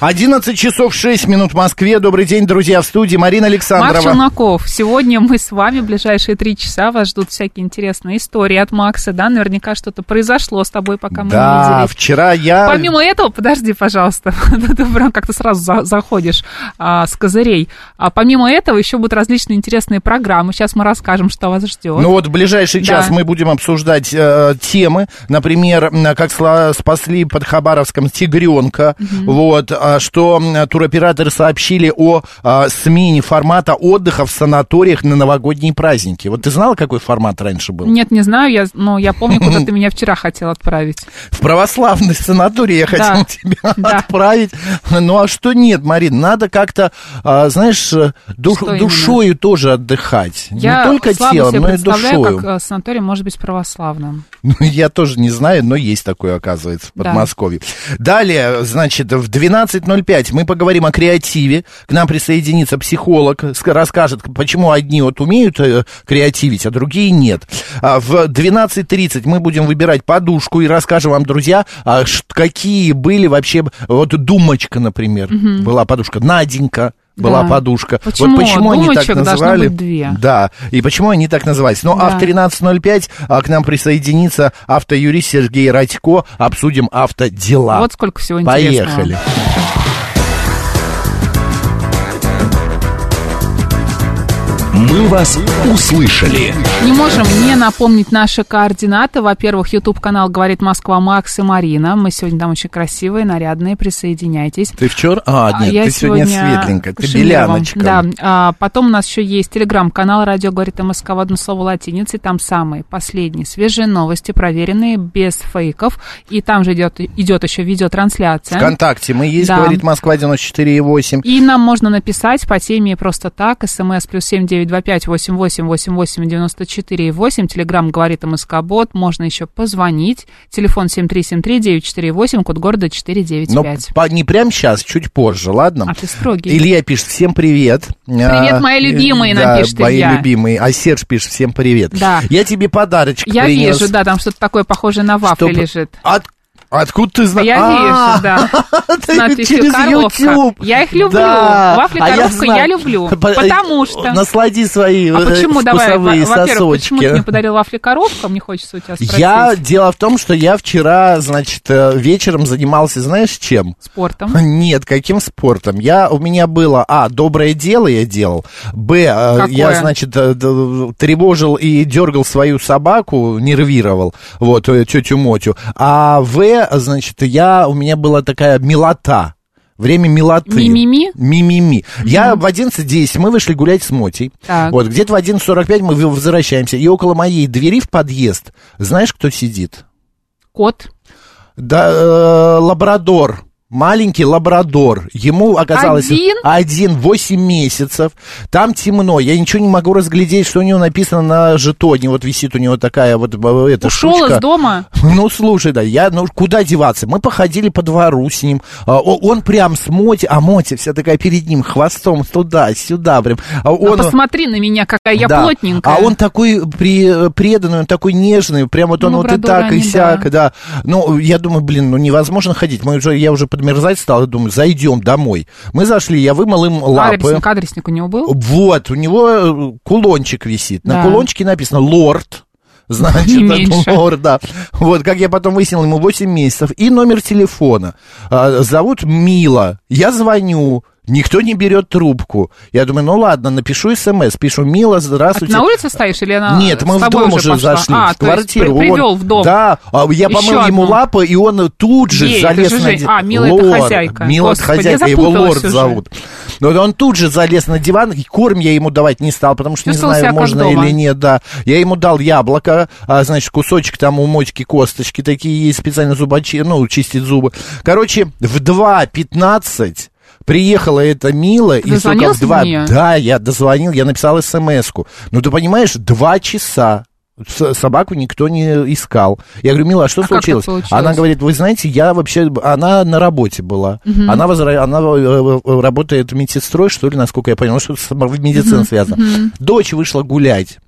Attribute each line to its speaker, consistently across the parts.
Speaker 1: 11 часов 6 минут в Москве. Добрый день, друзья, в студии Марина
Speaker 2: Макс
Speaker 1: Александрова.
Speaker 2: Челноков, сегодня мы с вами в ближайшие три часа. Вас ждут всякие интересные истории от Макса, да? Наверняка что-то произошло с тобой, пока мы не
Speaker 1: Да,
Speaker 2: виделись.
Speaker 1: вчера я...
Speaker 2: Помимо этого, подожди, пожалуйста, ну, ты прям как-то сразу за- заходишь а, с козырей. А помимо этого еще будут различные интересные программы. Сейчас мы расскажем, что вас ждет.
Speaker 1: Ну вот в ближайший
Speaker 2: Да.
Speaker 1: час мы будем обсуждать э, темы, например, м, как сла- спасли под Хабаровском тигренка, вот, а, что м, туроператоры сообщили о а, смене формата отдыха в санаториях на новогодние праздники. Вот ты знала, какой формат раньше был?
Speaker 2: Нет, не знаю, я, но я помню, куда ты меня вчера хотел отправить.
Speaker 1: В православный санаторий я хотел
Speaker 2: Да.
Speaker 1: тебя
Speaker 2: Да.
Speaker 1: отправить. Ну а что нет, Марин, надо как-то, а, знаешь, э, душ-
Speaker 2: Что именно?
Speaker 1: душою тоже отдыхать.
Speaker 2: я
Speaker 1: Не только
Speaker 2: слабо
Speaker 1: телом,
Speaker 2: себе
Speaker 1: но и
Speaker 2: представляю,
Speaker 1: душою.
Speaker 2: как э, санаторий может быть православным.
Speaker 1: Ну, я тоже не знаю, но есть такое, оказывается, в
Speaker 2: Да.
Speaker 1: Подмосковье. Далее, значит, в 12.05 мы поговорим о креативе. К нам присоединится психолог, ск- расскажет, почему одни вот умеют э, креативить, а другие нет. А В 12.30 мы будем выбирать подушку и расскажем вам, друзья, а ш- какие были вообще... Вот думочка, например, была подушка. Наденька. Была
Speaker 2: Да.
Speaker 1: подушка.
Speaker 2: Почему?
Speaker 1: Вот почему они так
Speaker 2: Думочек должно
Speaker 1: называли?
Speaker 2: быть две.
Speaker 1: Да, и почему они так назывались. Ну,
Speaker 2: Да.
Speaker 1: а в 13.05 а, к нам присоединится автоюрист Сергей Радько. Обсудим автодела.
Speaker 2: Вот сколько всего интересного.
Speaker 1: Поехали.
Speaker 3: «Мы вас услышали».
Speaker 2: Не можем не напомнить наши координаты. Во-первых, YouTube-канал «Говорит Москва» Макс и Марина. Мы сегодня там очень красивые, нарядные. Присоединяйтесь.
Speaker 1: Ты вчера... А, нет,
Speaker 2: я
Speaker 1: ты сегодня, светленькая. Ты
Speaker 2: кашемировым.
Speaker 1: беляночка.
Speaker 2: Да. А, потом у нас еще есть телеграм-канал «Радио говорит МСК» в одно слово латиницей. Там самые последние свежие новости, проверенные, без фейков. И там же идет, идет еще видеотрансляция.
Speaker 1: ВКонтакте мы есть,
Speaker 2: Да.
Speaker 1: говорит Москва 94,8.
Speaker 2: И нам можно написать по теме просто так. СМС плюс семь девять два пять восемь восемь восемь восемь девяносто четыре и восемь. Телеграмм говорит МСК Бот. Можно еще позвонить. Телефон семь три семь три девять четыре восемь. Код города четыре девять
Speaker 1: Но
Speaker 2: пять.
Speaker 1: по- не прям сейчас, чуть позже, ладно?
Speaker 2: А ты строгий.
Speaker 1: Илья пишет, всем привет.
Speaker 2: Привет, мои
Speaker 1: А,
Speaker 2: любимые,
Speaker 1: да,
Speaker 2: нам пишет
Speaker 1: мои
Speaker 2: Илья.
Speaker 1: любимые. А Серж пишет, всем привет.
Speaker 2: Да.
Speaker 1: Я тебе подарочек
Speaker 2: Я
Speaker 1: принес.
Speaker 2: вижу, да, там что-то такое похожее на вафли
Speaker 1: Чтоб-
Speaker 2: лежит.
Speaker 1: От- Откуда ты знаешь?
Speaker 2: Я вижу, да. С надписью
Speaker 1: через
Speaker 2: «Коровка».
Speaker 1: YouTube.
Speaker 2: Я их люблю.
Speaker 1: Да. А
Speaker 2: Вафли «Коровка» я
Speaker 1: знаю.
Speaker 2: люблю,
Speaker 1: По- э,
Speaker 2: потому что-
Speaker 1: Наслади свои
Speaker 2: А
Speaker 1: э,
Speaker 2: почему, давай, во-
Speaker 1: вкусовые
Speaker 2: во-первых, почему ты
Speaker 1: сосочки.
Speaker 2: мне подарил вафли коровка? Мне хочется у тебя спросить.
Speaker 1: Я, дело в том, что я вчера, значит, э, вечером занимался, знаешь, чем?
Speaker 2: Спортом.
Speaker 1: Нет, каким спортом? Я, у меня было, а, доброе дело я делал, б, э,
Speaker 2: Какое?
Speaker 1: я, значит, э, д- тревожил и дергал свою собаку, нервировал, вот, э, тетю Мотю, а, в, значит, я, у меня была такая милота, Время милоты.
Speaker 2: Ми-ми-ми?
Speaker 1: Ми-ми-ми. Я в 11.10, мы вышли гулять с Мотей.
Speaker 2: Так.
Speaker 1: Вот, где-то в 11.45 мы в- возвращаемся. И около моей двери в подъезд, знаешь, кто сидит?
Speaker 2: Кот.
Speaker 1: Да, э, лабрадор. Маленький лабрадор. Ему оказалось...
Speaker 2: Один?
Speaker 1: Один, восемь месяцев. Там темно. Я ничего не могу разглядеть, что у него написано на жетоне. Вот висит у него такая вот э, эта
Speaker 2: Ушел
Speaker 1: штучка.
Speaker 2: из дома.
Speaker 1: Ну, слушай, да, я, ну, куда деваться? Мы походили по двору с ним, а, о- он прям с Моти, а Моти вся такая перед ним, хвостом туда-сюда прям. А
Speaker 2: А
Speaker 1: он,
Speaker 2: посмотри на меня, какая я
Speaker 1: да.
Speaker 2: плотненькая.
Speaker 1: А он такой при, преданный, он такой нежный, прям вот он
Speaker 2: Ну,
Speaker 1: вот и
Speaker 2: брадура
Speaker 1: так, и
Speaker 2: они,
Speaker 1: сяк, да. Ну, я думаю, блин, ну невозможно ходить. Мы уже, я уже подмерзать стал, я думаю, зайдем домой. Мы зашли, я вымыл им
Speaker 2: А,
Speaker 1: лапы.
Speaker 2: Адресник, адресник у него был?
Speaker 1: Вот, у него э, кулончик висит.
Speaker 2: Да.
Speaker 1: На кулончике написано «Лорд». Значит,
Speaker 2: Не
Speaker 1: это
Speaker 2: меньше.
Speaker 1: лорд, да. Вот, как я потом выяснил, ему 8 месяцев. И номер телефона. А, зовут Мила. Я звоню. Никто не берет трубку. Я думаю, ну ладно, напишу смс. Пишу, Мила,
Speaker 2: А ты
Speaker 1: здравствуйте.
Speaker 2: на улице стоишь или она
Speaker 1: Нет, мы
Speaker 2: с
Speaker 1: в
Speaker 2: тобой
Speaker 1: дом уже,
Speaker 2: пошла?
Speaker 1: зашли,
Speaker 2: а,
Speaker 1: в
Speaker 2: то есть
Speaker 1: квартиру.
Speaker 2: при-
Speaker 1: Он-
Speaker 2: привел в дом.
Speaker 1: Да, а я
Speaker 2: Еще
Speaker 1: помыл ему
Speaker 2: одну.
Speaker 1: лапы, и он тут же
Speaker 2: Ей, это
Speaker 1: залез
Speaker 2: же
Speaker 1: на...
Speaker 2: Жень.
Speaker 1: де-
Speaker 2: А, Мила это
Speaker 1: Лорд.
Speaker 2: хозяйка.
Speaker 1: Мила это
Speaker 2: Господи, я
Speaker 1: хозяйка, его
Speaker 2: запуталась
Speaker 1: лорд
Speaker 2: уже.
Speaker 1: зовут. Но он тут же залез на диван, и корм я ему давать не стал, потому что
Speaker 2: Чувствовал
Speaker 1: не
Speaker 2: себя
Speaker 1: знаю,
Speaker 2: как
Speaker 1: можно
Speaker 2: дома.
Speaker 1: или нет, да. Я ему дал яблоко, а, значит, кусочек там у мочки косточки, такие есть специально зубочи, ну, чистить зубы. Короче, в 2.15 приехала эта Мила, и, сука, в
Speaker 2: дозвонился
Speaker 1: два...
Speaker 2: до неё?
Speaker 1: Да, я дозвонил, я написал смс-ку. Ну, ты понимаешь, два часа с- собаку никто не искал. Я говорю, Мила, а
Speaker 2: А
Speaker 1: что
Speaker 2: как так
Speaker 1: случилось?
Speaker 2: получилось?
Speaker 1: Она говорит, вы знаете, я вообще, она на работе была. Она, возра- она э, э, работает медсестрой, что ли, насколько я понял, Ну, что-то с медициной связано. Дочь вышла гулять.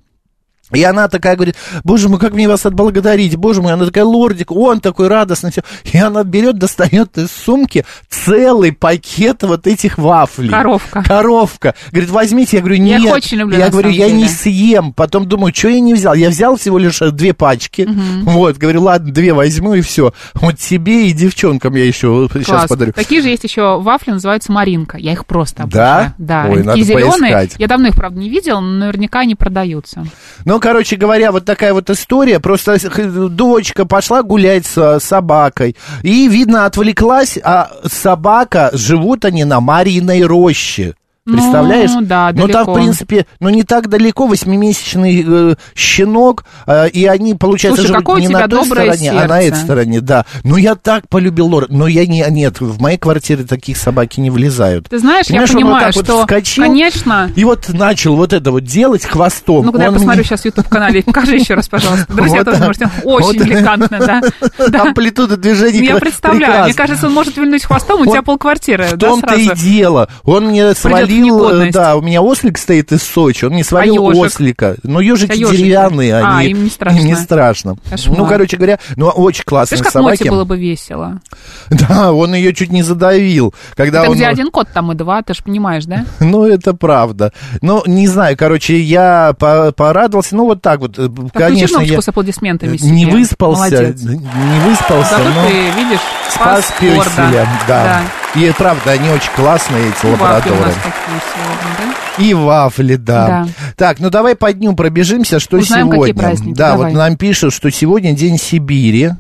Speaker 1: И она такая говорит, боже мой, как мне вас отблагодарить, боже мой, она такая, лордик, он такой радостный, все. И она берет, достает из сумки целый пакет вот этих вафлей.
Speaker 2: Коровка.
Speaker 1: Коровка. Говорит, возьмите. Я говорю,
Speaker 2: Я
Speaker 1: нет.
Speaker 2: их очень люблю,
Speaker 1: Я
Speaker 2: на
Speaker 1: говорю,
Speaker 2: самом
Speaker 1: я не
Speaker 2: деле.
Speaker 1: съем. Потом думаю, что я не взял. Я взял всего лишь э, две пачки. Вот, говорю, ладно, две возьму и все. Вот тебе и девчонкам я еще сейчас
Speaker 2: Класс.
Speaker 1: подарю.
Speaker 2: Такие же есть еще вафли, называются Маринка. Я их просто
Speaker 1: Да?
Speaker 2: обожаю. Да,
Speaker 1: Ой,
Speaker 2: они
Speaker 1: надо
Speaker 2: такие зеленые.
Speaker 1: поискать.
Speaker 2: Я давно их, правда, не видел, но наверняка они продаются.
Speaker 1: Ну, короче говоря, вот такая вот история. Просто с- х- дочка пошла гулять с а, собакой. И, видно, отвлеклась, а собака, живут они на Мариной роще.
Speaker 2: Ну,
Speaker 1: Представляешь?
Speaker 2: да,
Speaker 1: Но там, в
Speaker 2: далеко.
Speaker 1: принципе, ну не так далеко, восьмимесячный э, щенок, э, и они, получается,
Speaker 2: Слушай,
Speaker 1: живут
Speaker 2: какое у
Speaker 1: не
Speaker 2: тебя
Speaker 1: на той
Speaker 2: доброе
Speaker 1: стороне, а на этой
Speaker 2: сердце.
Speaker 1: стороне, да. Ну, я так полюбил лор, но я не, нет, в моей квартире таких собаки не влезают.
Speaker 2: Ты знаешь,
Speaker 1: Понимаешь,
Speaker 2: я
Speaker 1: он вот
Speaker 2: понимаю,
Speaker 1: так вот
Speaker 2: что...
Speaker 1: вскочил.
Speaker 2: Конечно.
Speaker 1: И вот начал вот это вот делать хвостом.
Speaker 2: Ну, когда я
Speaker 1: Он
Speaker 2: посмотрю
Speaker 1: мне-
Speaker 2: сейчас в YouTube-канале, покажи еще раз, пожалуйста. Друзья,
Speaker 1: Вот,
Speaker 2: тоже
Speaker 1: да.
Speaker 2: можете. Очень
Speaker 1: Вот.
Speaker 2: элегантно, да. Да.
Speaker 1: Амплитуда движений
Speaker 2: Ну, Я
Speaker 1: кра-
Speaker 2: представляю. Мне
Speaker 1: прекрасна.
Speaker 2: кажется, он может вильнуть хвостом, у тебя полквартиры,
Speaker 1: В
Speaker 2: да,
Speaker 1: том-то и
Speaker 2: сразу.
Speaker 1: дело. Он мне свалил, э,
Speaker 2: негодность.
Speaker 1: да, у меня ослик стоит из Сочи, он мне свалил
Speaker 2: ежик?
Speaker 1: ослика. Но ежики
Speaker 2: А ежики?
Speaker 1: деревянные,
Speaker 2: А,
Speaker 1: они
Speaker 2: им не страшно.
Speaker 1: страшно.
Speaker 2: Кошмар.
Speaker 1: Ну, короче говоря, ну, очень классные
Speaker 2: Слышишь, как
Speaker 1: собаки.
Speaker 2: Моте было бы весело.
Speaker 1: Да, он ее чуть не задавил. Когда
Speaker 2: Это
Speaker 1: он...
Speaker 2: где один кот, там и два, ты же понимаешь, да?
Speaker 1: Ну, это правда. Ну, не знаю, короче, я по- порадовался. Ну, вот так вот, э,
Speaker 2: Включи
Speaker 1: конечно, я
Speaker 2: кнопочку с аплодисментами себе.
Speaker 1: не выспался.
Speaker 2: Молодец.
Speaker 1: Не выспался,
Speaker 2: Зато
Speaker 1: но...
Speaker 2: ты, видишь,
Speaker 1: ну, Спас
Speaker 2: спас
Speaker 1: Пёселя,
Speaker 2: Форда.
Speaker 1: да. И правда, они очень классные, эти
Speaker 2: Ну, вафли у
Speaker 1: лабораторы.
Speaker 2: нас такие сегодня, да?
Speaker 1: И вафли, да.
Speaker 2: Да.
Speaker 1: Так, ну давай по дню пробежимся, что
Speaker 2: Узнаем, какие
Speaker 1: сегодня.
Speaker 2: праздники,
Speaker 1: да,
Speaker 2: давай.
Speaker 1: вот нам пишут, что сегодня день Сибири.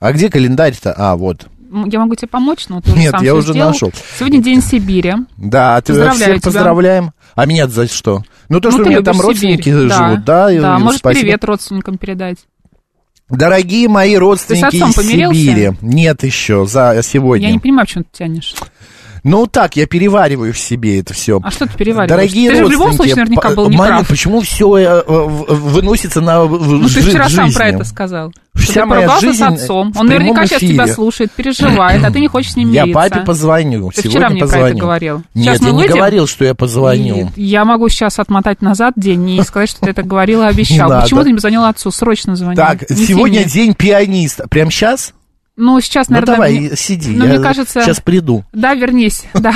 Speaker 1: А где календарь-то? А, вот.
Speaker 2: М, Я могу тебе помочь, но ты уже
Speaker 1: Нет,
Speaker 2: сам
Speaker 1: я
Speaker 2: всё
Speaker 1: уже
Speaker 2: сделал.
Speaker 1: нашел.
Speaker 2: Сегодня день Сибири.
Speaker 1: Да, а ты
Speaker 2: Поздравляю
Speaker 1: всех
Speaker 2: тебя.
Speaker 1: поздравляем. А меня за что? Ну, то,
Speaker 2: Ну,
Speaker 1: что у
Speaker 2: ты
Speaker 1: меня там
Speaker 2: любишь Сибирь.
Speaker 1: родственники живут, да. и-
Speaker 2: Да,
Speaker 1: и
Speaker 2: может,
Speaker 1: спасибо.
Speaker 2: привет родственникам передать.
Speaker 1: Дорогие мои родственники
Speaker 2: отцом
Speaker 1: из
Speaker 2: помирился?
Speaker 1: Сибири. Нет еще, за сегодня.
Speaker 2: Я не понимаю, почему ты тянешь.
Speaker 1: Ну, так, я перевариваю в себе это все.
Speaker 2: А что ты перевариваешь?
Speaker 1: Дорогие
Speaker 2: ты же в любом случае
Speaker 1: родственники,
Speaker 2: наверняка
Speaker 1: по-
Speaker 2: был
Speaker 1: Марина,
Speaker 2: неправ.
Speaker 1: почему все выносится на в- в-
Speaker 2: Ну, ты
Speaker 1: жи-
Speaker 2: вчера сам
Speaker 1: жизни?
Speaker 2: про это сказал.
Speaker 1: Вся
Speaker 2: что ты
Speaker 1: моя
Speaker 2: поругался
Speaker 1: жизнь
Speaker 2: с отцом.
Speaker 1: в
Speaker 2: Он наверняка
Speaker 1: прямом
Speaker 2: сейчас
Speaker 1: эфире.
Speaker 2: тебя слушает, переживает, а ты не хочешь с ним
Speaker 1: Я
Speaker 2: мириться.
Speaker 1: папе позвоню,
Speaker 2: Ты
Speaker 1: сегодня
Speaker 2: вчера мне про это
Speaker 1: позвоню.
Speaker 2: говорил.
Speaker 1: Нет,
Speaker 2: Сейчас мы
Speaker 1: я не
Speaker 2: выйдем?
Speaker 1: говорил, что я позвоню.
Speaker 2: И Я могу сейчас отмотать назад день и сказать, что ты это говорила и обещал.
Speaker 1: Не
Speaker 2: Почему
Speaker 1: надо.
Speaker 2: ты не позвонил отцу? Срочно звони.
Speaker 1: Так,
Speaker 2: Не
Speaker 1: сегодня
Speaker 2: тяни.
Speaker 1: день пианиста. Прям сейчас?
Speaker 2: Ну, сейчас,
Speaker 1: Ну,
Speaker 2: наверное...
Speaker 1: давай,
Speaker 2: мне-
Speaker 1: сиди.
Speaker 2: ну, мне кажется-
Speaker 1: Сейчас приду.
Speaker 2: Да, вернись, да.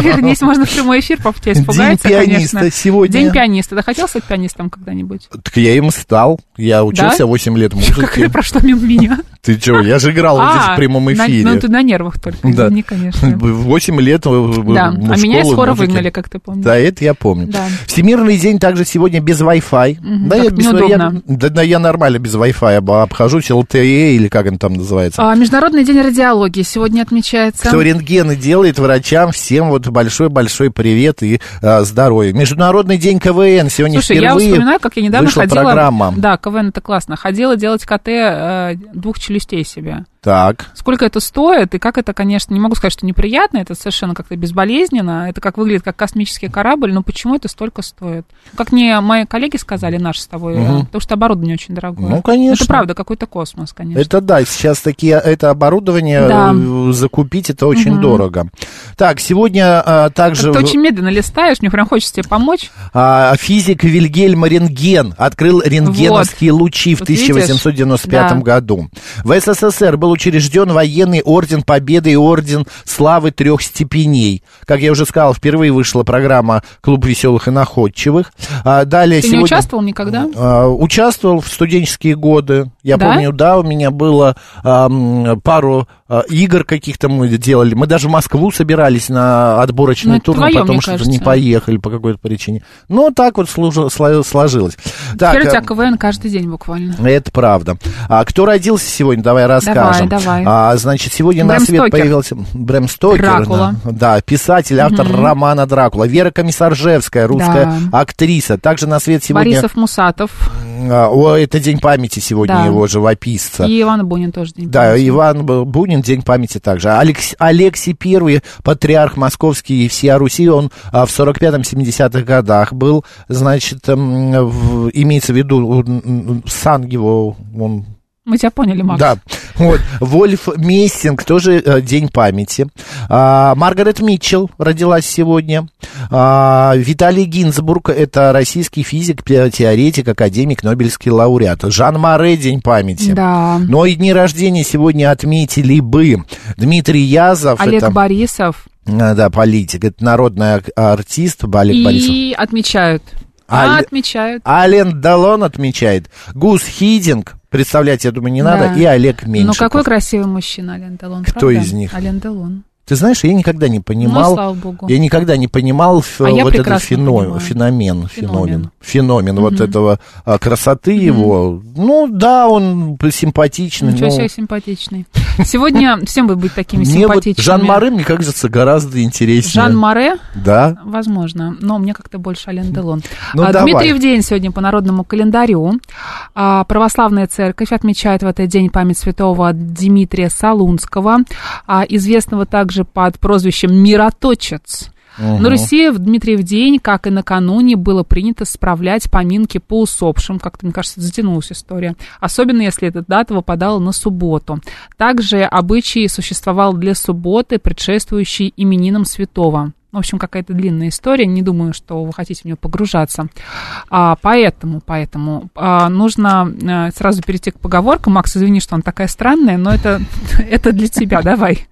Speaker 2: Вернись, можно в прямой эфир, папа тебя
Speaker 1: День
Speaker 2: испугается,
Speaker 1: пианиста
Speaker 2: конечно.
Speaker 1: сегодня.
Speaker 2: День пианиста. Да хотел стать пианистом когда-нибудь?
Speaker 1: Так я им стал. Я учился
Speaker 2: Да?
Speaker 1: 8 лет
Speaker 2: Как это
Speaker 1: музыке.
Speaker 2: прошло мимо меня?
Speaker 1: Ты что, я же играл вот здесь
Speaker 2: А,
Speaker 1: в прямом
Speaker 2: на- Ну,
Speaker 1: эфире.
Speaker 2: ты на нервах только,
Speaker 1: Да.
Speaker 2: извини, конечно.
Speaker 1: 8 лет э, в- в-
Speaker 2: Да, а
Speaker 1: в
Speaker 2: меня из
Speaker 1: школу
Speaker 2: хора
Speaker 1: музыки.
Speaker 2: выгнали, как ты помнишь.
Speaker 1: Да, это я помню.
Speaker 2: Да.
Speaker 1: Всемирный день также сегодня без Wi-Fi. Да, я
Speaker 2: как-то
Speaker 1: без- я-
Speaker 2: неудобно.
Speaker 1: да, да, я нормально без Wi-Fi об- обхожусь, LTE или как он там называется.
Speaker 2: А, Международный день радиологии сегодня отмечается.
Speaker 1: Кто рентгены делает врачам, всем вот большой-большой привет и а, здоровья. Международный день КВН сегодня
Speaker 2: Слушай, я
Speaker 1: впервые
Speaker 2: вспоминаю, как я недавно
Speaker 1: вышла
Speaker 2: ходила...
Speaker 1: программа.
Speaker 2: Да, КВН это классно. Ходила делать КТ э, двух челюстей себе.
Speaker 1: Так,
Speaker 2: Сколько это стоит, и как это, конечно, не могу сказать, что неприятно, это совершенно как-то безболезненно, это как выглядит как космический корабль, но почему это столько стоит? Как мне мои коллеги сказали, наши с тобой, э, потому что оборудование очень дорогое.
Speaker 1: Ну, конечно.
Speaker 2: Это правда, какой-то космос, конечно.
Speaker 1: это да, сейчас такие, это оборудование
Speaker 2: Да.
Speaker 1: э, закупить, это очень дорого. Так, сегодня а, также...
Speaker 2: Как ты
Speaker 1: в-
Speaker 2: очень медленно листаешь, мне прям хочется тебе помочь.
Speaker 1: А, Физик Вильгельм Рентген открыл рентгеновские лучи в
Speaker 2: Вот видишь?
Speaker 1: 1895
Speaker 2: Да.
Speaker 1: году. В СССР был учрежден военный орден Победы и орден Славы трех степеней. Как я уже сказал, впервые вышла программа «Клуб веселых и находчивых». А, далее
Speaker 2: Ты
Speaker 1: сегодня...
Speaker 2: не участвовал никогда?
Speaker 1: А, Участвовал в студенческие годы. Я
Speaker 2: Да?
Speaker 1: помню, да, у меня было ам, пару а, игр каких-то мы делали. Мы даже в Москву собирались на
Speaker 2: Ну,
Speaker 1: отборочный
Speaker 2: это
Speaker 1: тур, но
Speaker 2: твоё,
Speaker 1: потом
Speaker 2: мне
Speaker 1: что-то
Speaker 2: кажется.
Speaker 1: не поехали по какой-то причине. Но так вот служи- сло- сложилось. Так,
Speaker 2: Теперь у тебя
Speaker 1: а,
Speaker 2: КВН каждый день буквально.
Speaker 1: это правда. А кто родился сегодня? Давай расскажем. скажем.
Speaker 2: давай.
Speaker 1: А, значит, сегодня на
Speaker 2: Брэм
Speaker 1: свет
Speaker 2: Стокер.
Speaker 1: появился Брэм Стокер.
Speaker 2: Дракула.
Speaker 1: на- Да, писатель, автор романа «Дракула». Вера Комиссаржевская, русская актриса. Также на свет сегодня...
Speaker 2: Борисов Мусатов
Speaker 1: А, О, это День памяти сегодня
Speaker 2: Да.
Speaker 1: его живописца.
Speaker 2: и Иван Бунин тоже день.
Speaker 1: Да,
Speaker 2: памяти.
Speaker 1: Иван Б- Бунин, День памяти также. Алекс, Алексий I, патриарх московский и всея Руси, он а, в 45-70-х годах был, значит, эм, в- имеется в виду, м, м, сан его, он
Speaker 2: Мы тебя поняли, Макс.
Speaker 1: да, вот. Вольф Мессинг, тоже э, День памяти. А, Маргарет Митчелл родилась сегодня. А, Виталий Гинзбург, это российский физик, пе- теоретик, академик, нобелевский лауреат. Жан Маре, День памяти.
Speaker 2: Да.
Speaker 1: Но и дни рождения сегодня отметили бы Дмитрий Язов,
Speaker 2: Олег
Speaker 1: это,
Speaker 2: Борисов.
Speaker 1: а, да, политик, это народный ак- артист Олег Борисов.
Speaker 2: И отмечают.
Speaker 1: А,
Speaker 2: А,
Speaker 1: Ле-
Speaker 2: отмечают.
Speaker 1: Ален Далон отмечает, Гус Хидинг, представлять, я думаю, не надо,
Speaker 2: Да.
Speaker 1: и Олег
Speaker 2: Ну,
Speaker 1: Меньшиков.
Speaker 2: какой красивый мужчина Ален Делон,
Speaker 1: Кто
Speaker 2: правда?
Speaker 1: из них?
Speaker 2: Ален Делон.
Speaker 1: Ты знаешь, я никогда не
Speaker 2: Ну,
Speaker 1: понимал,
Speaker 2: слава богу.
Speaker 1: я никогда не понимал ф-
Speaker 2: А я
Speaker 1: вот этот
Speaker 2: прекрасно
Speaker 1: фено-
Speaker 2: понимаю.
Speaker 1: феномен, феномен,
Speaker 2: Феномен.
Speaker 1: феномен вот этого а, красоты его. Ну да, он симпатичный.
Speaker 2: Ничего
Speaker 1: но
Speaker 2: себе симпатичный. Сегодня всем бы быть такими
Speaker 1: Мне вот
Speaker 2: симпатичными.
Speaker 1: Жан Мары, мне кажется, гораздо интереснее.
Speaker 2: Жан Маре,
Speaker 1: Да.
Speaker 2: возможно, но мне как-то больше Ален Делон.
Speaker 1: Ну,
Speaker 2: А,
Speaker 1: давай.
Speaker 2: Дмитриев день сегодня по народному календарю. А, Православная церковь отмечает в этот день память святого Дмитрия Солунского, а, известного также под прозвищем «Мироточец». На Руси в Дмитриев день, как и накануне, было принято справлять поминки по усопшим. Как-то, мне кажется, затянулась история. Особенно, если эта дата выпадала на субботу. Также обычай существовал для субботы, предшествующей именинам святого. В общем, какая-то длинная история. Не думаю, что вы хотите в нее погружаться. А, поэтому, поэтому а, нужно э, сразу перейти к поговоркам. Макс, извини, что она такая странная, но это, это для тебя. Давай.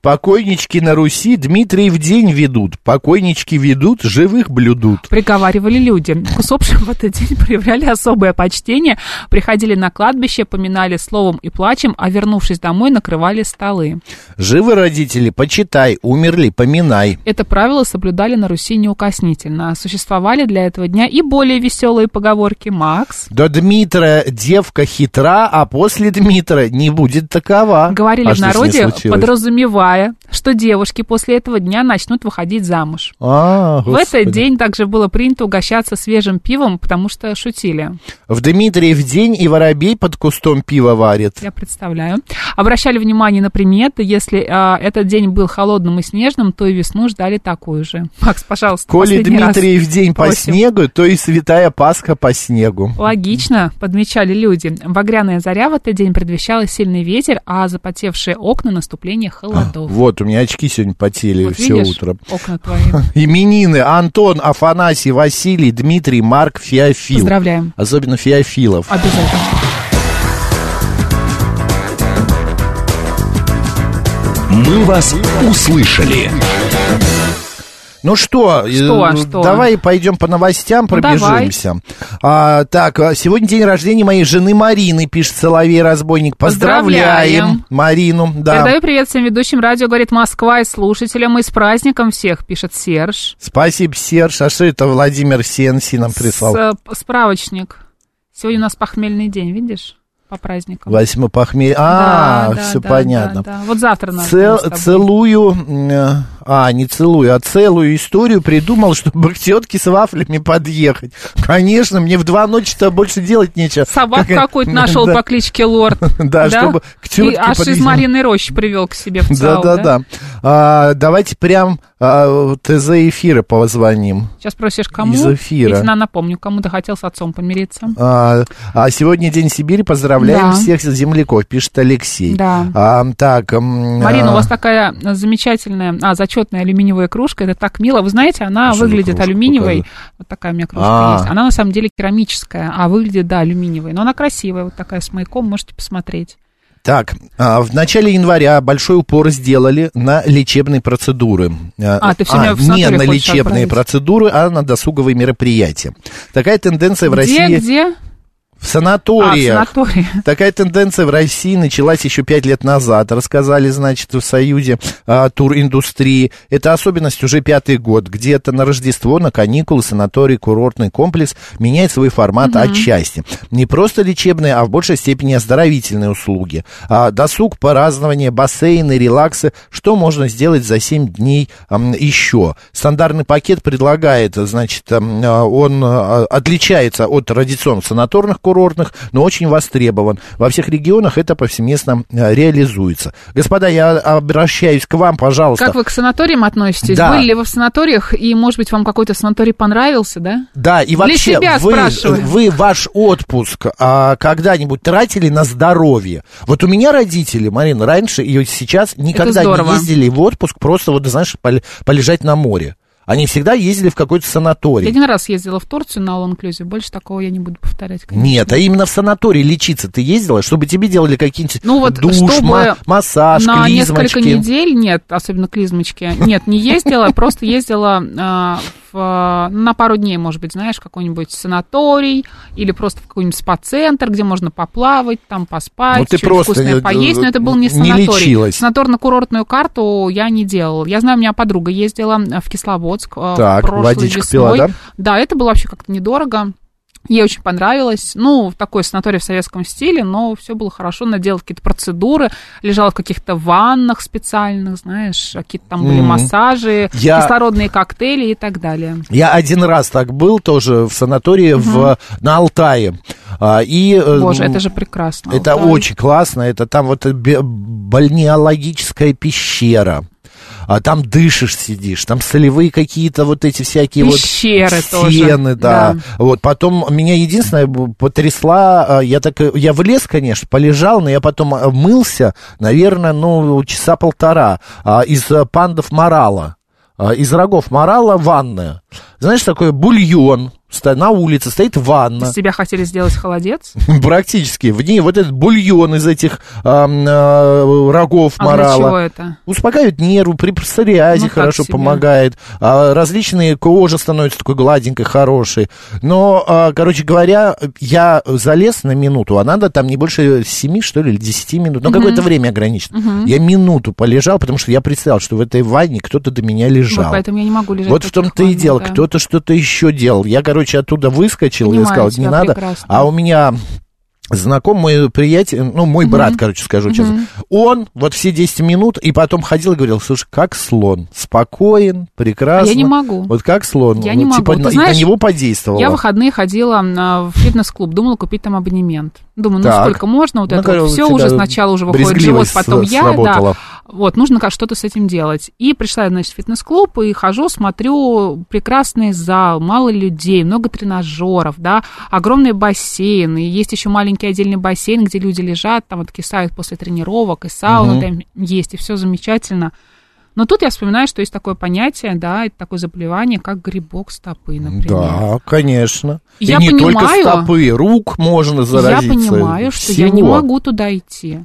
Speaker 1: Покойнички на Руси Дмитриев день ведут. Покойнички ведут, живых блюдут.
Speaker 2: приговаривали люди. К усопшим в этот день проявляли особое почтение, приходили на кладбище, поминали словом и плачем, а вернувшись домой, накрывали столы.
Speaker 1: Живы родители, почитай, умерли, поминай.
Speaker 2: Это правило соблюдали на Руси неукоснительно. а Существовали для этого дня и более веселые поговорки. Макс.
Speaker 1: До Дмитра девка хитра, а после Дмитра не будет такова.
Speaker 2: Говорили
Speaker 1: А
Speaker 2: в
Speaker 1: что с ней
Speaker 2: народе,
Speaker 1: случилось?
Speaker 2: подразумевая, что девушки после этого дня начнут выходить замуж.
Speaker 1: А,
Speaker 2: В этот
Speaker 1: господи.
Speaker 2: день также было принято угощаться свежим пивом, потому что шутили.
Speaker 1: В Дмитриев день и воробей под кустом пива варит.
Speaker 2: Я представляю. Обращали внимание на приметы. Если а, этот день был холодным и снежным, то и весну ждали такую же. Макс, пожалуйста,
Speaker 1: Коли
Speaker 2: последний раз.
Speaker 1: Дмитриев день по
Speaker 2: Просим.
Speaker 1: снегу, то и святая Пасха по снегу.
Speaker 2: Логично, подмечали люди. Багряная заря в этот день предвещала сильный ветер, а запотевшие окна наступление
Speaker 1: А,
Speaker 2: холодов.
Speaker 1: Вот, у меня очки сегодня потели
Speaker 2: Вот
Speaker 1: все
Speaker 2: видишь,
Speaker 1: утро.
Speaker 2: окна твои.
Speaker 1: Именины Антон, Афанасий, Василий, Дмитрий, Марк, Феофил.
Speaker 2: Поздравляем.
Speaker 1: Особенно Феофилов.
Speaker 2: А Обязательно.
Speaker 3: «Мы вас услышали».
Speaker 1: Ну что,
Speaker 2: Что, а
Speaker 1: э,
Speaker 2: что? Ну,
Speaker 1: давай пойдем по новостям, пробежимся. А, так, а, сегодня день рождения моей жены Марины, пишет Соловей Разбойник. Поздравляем,
Speaker 2: Поздравляем.
Speaker 1: Марину. Да.
Speaker 2: Передаю привет всем ведущим. Радио говорит Москва и слушателям. И с праздником всех, пишет Серж.
Speaker 1: Спасибо, Серж. А что это Владимир Сенси нам прислал?
Speaker 2: С- э, п- справочник. Сегодня у нас похмельный день, видишь? По праздникам.
Speaker 1: Восьмой похмелье. А,
Speaker 2: Да, да,
Speaker 1: все
Speaker 2: да,
Speaker 1: понятно.
Speaker 2: да, да. Вот завтра надо.
Speaker 1: Цел-
Speaker 2: нам с тобой.
Speaker 1: целую, м, а, не целую, а целую историю придумал, чтобы к тетке с вафлями подъехать. Конечно, мне в два ночи-то больше делать нечего.
Speaker 2: Собак
Speaker 1: Как-
Speaker 2: какой-то нашел
Speaker 1: Да.
Speaker 2: по кличке Лорд.
Speaker 1: Да, чтобы к тетке
Speaker 2: И аж из
Speaker 1: подъезжал.
Speaker 2: Мариной Рощи привел к себе в
Speaker 1: Да,
Speaker 2: ЦАУ,
Speaker 1: да, да. А, давайте прям а, ТЗ эфира позвоним.
Speaker 2: Сейчас просишь, кому?
Speaker 1: Из эфира.
Speaker 2: Ведь на- напомню, кому ты хотел с отцом помириться.
Speaker 1: А, а сегодня День Сибири, поздравляем
Speaker 2: Да.
Speaker 1: всех земляков, пишет Алексей.
Speaker 2: Да.
Speaker 1: А, так, м,
Speaker 2: Марина,
Speaker 1: а,
Speaker 2: у вас такая э, замечательная, а, зачетная алюминиевая кружка, это так мило. Вы знаете, она
Speaker 1: Что за
Speaker 2: выглядит
Speaker 1: кружка
Speaker 2: алюминиевой.
Speaker 1: такая?
Speaker 2: Вот такая у меня кружка
Speaker 1: А.
Speaker 2: есть. Она на самом деле керамическая, а выглядит, да, алюминиевой. Но она красивая, вот такая с маяком, можете посмотреть.
Speaker 1: Так, а, в начале января большой упор сделали на лечебные процедуры.
Speaker 2: А, ты всё время в
Speaker 1: Не
Speaker 2: санаторий
Speaker 1: на
Speaker 2: хочешь
Speaker 1: лечебные
Speaker 2: отправить.
Speaker 1: процедуры, а на досуговые мероприятия. Такая тенденция в
Speaker 2: где,
Speaker 1: России
Speaker 2: где?
Speaker 1: в В санаториях.
Speaker 2: А, в санатории.
Speaker 1: Такая тенденция в России началась еще пять лет назад. Рассказали, значит, в Союзе а, туриндустрии. Это особенность уже пятый год. Где-то на Рождество, на каникулы, санаторий, курортный комплекс меняет свой формат отчасти. Не просто лечебные, а в большей степени оздоровительные услуги. А, досуг, празднование, бассейны, релаксы. Что можно сделать за 7 дней ам, еще? Стандартный пакет предлагает, значит, ам, а, он а, отличается от традиционных санаторных курортных, но очень востребован. Во всех регионах это повсеместно а, реализуется. Господа, я обращаюсь к вам, пожалуйста.
Speaker 2: Как вы к санаториям относитесь?
Speaker 1: Да.
Speaker 2: Были ли вы в санаториях, и, может быть, вам какой-то санаторий понравился, да?
Speaker 1: Да, и вообще,
Speaker 2: себя
Speaker 1: вы,
Speaker 2: спрашиваем.
Speaker 1: вы ваш отпуск а, когда-нибудь тратили на здоровье? Вот у меня родители, Марина, раньше и вот сейчас никогда не
Speaker 2: здорово.
Speaker 1: ездили в отпуск просто, вот, знаешь, пол- полежать на море. Они всегда ездили в какой-то
Speaker 2: Я
Speaker 1: санаторий.
Speaker 2: один раз ездила в Турцию на All-Inclusive, больше такого я не буду повторять, конечно.
Speaker 1: Нет, а именно в санаторий лечиться ты ездила, чтобы тебе делали какие-нибудь
Speaker 2: Ну вот,
Speaker 1: душ,
Speaker 2: чтобы
Speaker 1: ма- массаж,
Speaker 2: на
Speaker 1: клизмочки.
Speaker 2: несколько недель, нет, особенно клизмочки, нет, не ездила, просто ездила а, в, э, на пару дней, может быть, знаешь, какой-нибудь санаторий или просто в какой-нибудь спа-центр, где можно поплавать, там поспать,
Speaker 1: Ну, ты
Speaker 2: что-нибудь
Speaker 1: просто
Speaker 2: вкусное
Speaker 1: не-
Speaker 2: поесть, но это был не
Speaker 1: не
Speaker 2: санаторий.
Speaker 1: лечилась.
Speaker 2: Санаторно-курортную карту я не делала. Я знаю, у меня подруга ездила в Кисловодск э,
Speaker 1: Так,
Speaker 2: прошлой
Speaker 1: водичку
Speaker 2: весной.
Speaker 1: пила, да?
Speaker 2: Да, это было вообще как-то недорого. Ей очень понравилось. Ну, такой санаторий в советском стиле, но все было хорошо. Она делала какие-то процедуры, лежала в каких-то ваннах специальных, знаешь, а какие-то там были
Speaker 1: Мгм.
Speaker 2: массажи,
Speaker 1: Я-
Speaker 2: кислородные коктейли и так далее.
Speaker 1: Я один раз так был тоже в санатории в, на Алтае. А, и, э,
Speaker 2: Боже, это же прекрасно.
Speaker 1: Это
Speaker 2: Алтай.
Speaker 1: очень классно. Это там вот бе- бальнеологическая пещера. А там дышишь, сидишь, там солевые какие-то вот эти всякие
Speaker 2: Пещеры
Speaker 1: вот
Speaker 2: тоже,
Speaker 1: стены, да.
Speaker 2: да.
Speaker 1: Вот потом меня единственное б- потрясла, а, я так и- я влез, конечно, полежал, но я потом а, мылся, наверное, ну часа полтора а, из а, пандов морала, а, из рогов морала ванная. Знаешь, такой бульон ста- на улице стоит ванна.
Speaker 2: Из тебя хотели сделать холодец?
Speaker 1: Практически. В ней вот этот бульон из этих ам, а, рогов
Speaker 2: А для чего
Speaker 1: морала.
Speaker 2: это?
Speaker 1: Успокаивает нервы, при псориазе
Speaker 2: Ну, так
Speaker 1: хорошо
Speaker 2: себе.
Speaker 1: помогает. А, различные кожа становится такой гладенькой, хорошей. Но, а, короче говоря, я залез на минуту, а надо там не больше 7, что ли, или 10 минут. Ну, какое-то время ограничено. Я минуту полежал, потому что я представил, что в этой ванне кто-то до меня
Speaker 2: Вот
Speaker 1: лежал.
Speaker 2: поэтому я не могу лежать.
Speaker 1: Вот в
Speaker 2: таких
Speaker 1: том-то и
Speaker 2: ваннах,
Speaker 1: дело.
Speaker 2: да.
Speaker 1: Кто-то что-то еще делал. Я, короче, оттуда выскочил
Speaker 2: Понимаю
Speaker 1: и сказал,
Speaker 2: тебя
Speaker 1: не надо.
Speaker 2: прекрасно.
Speaker 1: А у меня знакомый приятель, ну, мой брат, короче, скажу честно, он вот все 10 минут и потом ходил и говорил, слушай, как слон, спокоен, прекрасно.
Speaker 2: А я не могу.
Speaker 1: Вот как слон.
Speaker 2: Я не
Speaker 1: Вот,
Speaker 2: могу.
Speaker 1: Типа,
Speaker 2: Ты
Speaker 1: на, и
Speaker 2: знаешь,
Speaker 1: на него подействовало.
Speaker 2: Я в выходные ходила а, в фитнес-клуб, думала купить там абонемент. Думаю, ну
Speaker 1: Так.
Speaker 2: сколько можно, вот
Speaker 1: Ну,
Speaker 2: это
Speaker 1: у
Speaker 2: вот все
Speaker 1: тебя
Speaker 2: уже сначала уже выходит живот,
Speaker 1: брезгливость
Speaker 2: потом
Speaker 1: с-
Speaker 2: я,
Speaker 1: сработала.
Speaker 2: да. Вот, нужно как что-то с этим делать. И пришла я, значит, в фитнес-клуб и хожу, смотрю, прекрасный зал, мало людей, много тренажеров, да, огромный бассейн, и есть еще маленький отдельный бассейн, где люди лежат, там вот кисают после тренировок, и сауна там есть, и все замечательно. Но тут я вспоминаю, что есть такое понятие, да, это такое заболевание, как грибок стопы, например.
Speaker 1: Да, конечно.
Speaker 2: Я
Speaker 1: и не только
Speaker 2: понимаю.
Speaker 1: стопы, рук можно
Speaker 2: Я
Speaker 1: заразиться.
Speaker 2: понимаю, что я не
Speaker 1: Всего.
Speaker 2: могу туда идти.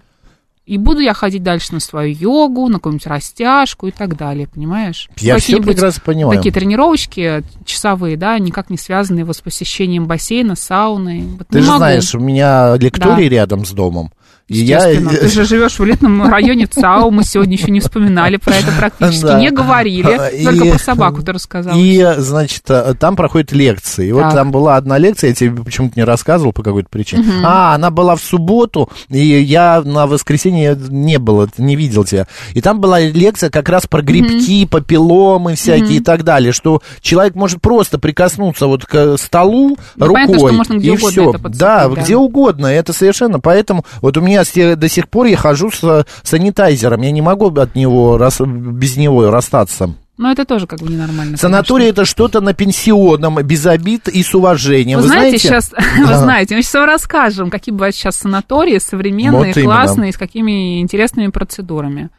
Speaker 2: И буду я ходить дальше на свою йогу, на какую-нибудь растяжку и так далее, понимаешь?
Speaker 1: Я всё
Speaker 2: Какие-нибудь
Speaker 1: прекрасно понимаю.
Speaker 2: Такие тренировочки часовые, да, никак не связанные вот с посещением бассейна, сауны. Вот
Speaker 1: Ты
Speaker 2: не
Speaker 1: же
Speaker 2: могу.
Speaker 1: знаешь, у меня лекторий
Speaker 2: Да.
Speaker 1: рядом с домом. И я...
Speaker 2: Естественно. Ты же живешь в элитном районе ЦАО, мы сегодня еще не вспоминали про это практически,
Speaker 1: Да.
Speaker 2: не говорили, только
Speaker 1: И-
Speaker 2: про собаку ты рассказал.
Speaker 1: И, значит, э, там проходят лекции. И вот
Speaker 2: Так.
Speaker 1: там была одна лекция, я тебе почему-то не рассказывал по какой-то причине. А, она была в субботу, и я на воскресенье не было, не видел тебя. И там была лекция как раз про грибки, папилломы всякие и так далее, что человек может просто прикоснуться вот к столу
Speaker 2: Да
Speaker 1: рукой,
Speaker 2: Ну, понятно, что можно где
Speaker 1: и
Speaker 2: угодно
Speaker 1: все.
Speaker 2: это подцепить,
Speaker 1: да,
Speaker 2: да.
Speaker 1: где угодно, это совершенно. Поэтому вот у меня с- до сих пор я хожу с э, санитайзером, я не могу от него, рас- без него расстаться.
Speaker 2: Но это тоже как бы ненормально.
Speaker 1: Санаторий это что-то на пенсионном, без обид и с уважением.
Speaker 2: Вы,
Speaker 1: Вы,
Speaker 2: знаете, сейчас, вы
Speaker 1: Да.
Speaker 2: знаете, мы сейчас вам расскажем, какие бывают сейчас санатории современные,
Speaker 1: Вот именно.
Speaker 2: классные, с какими интересными процедурами.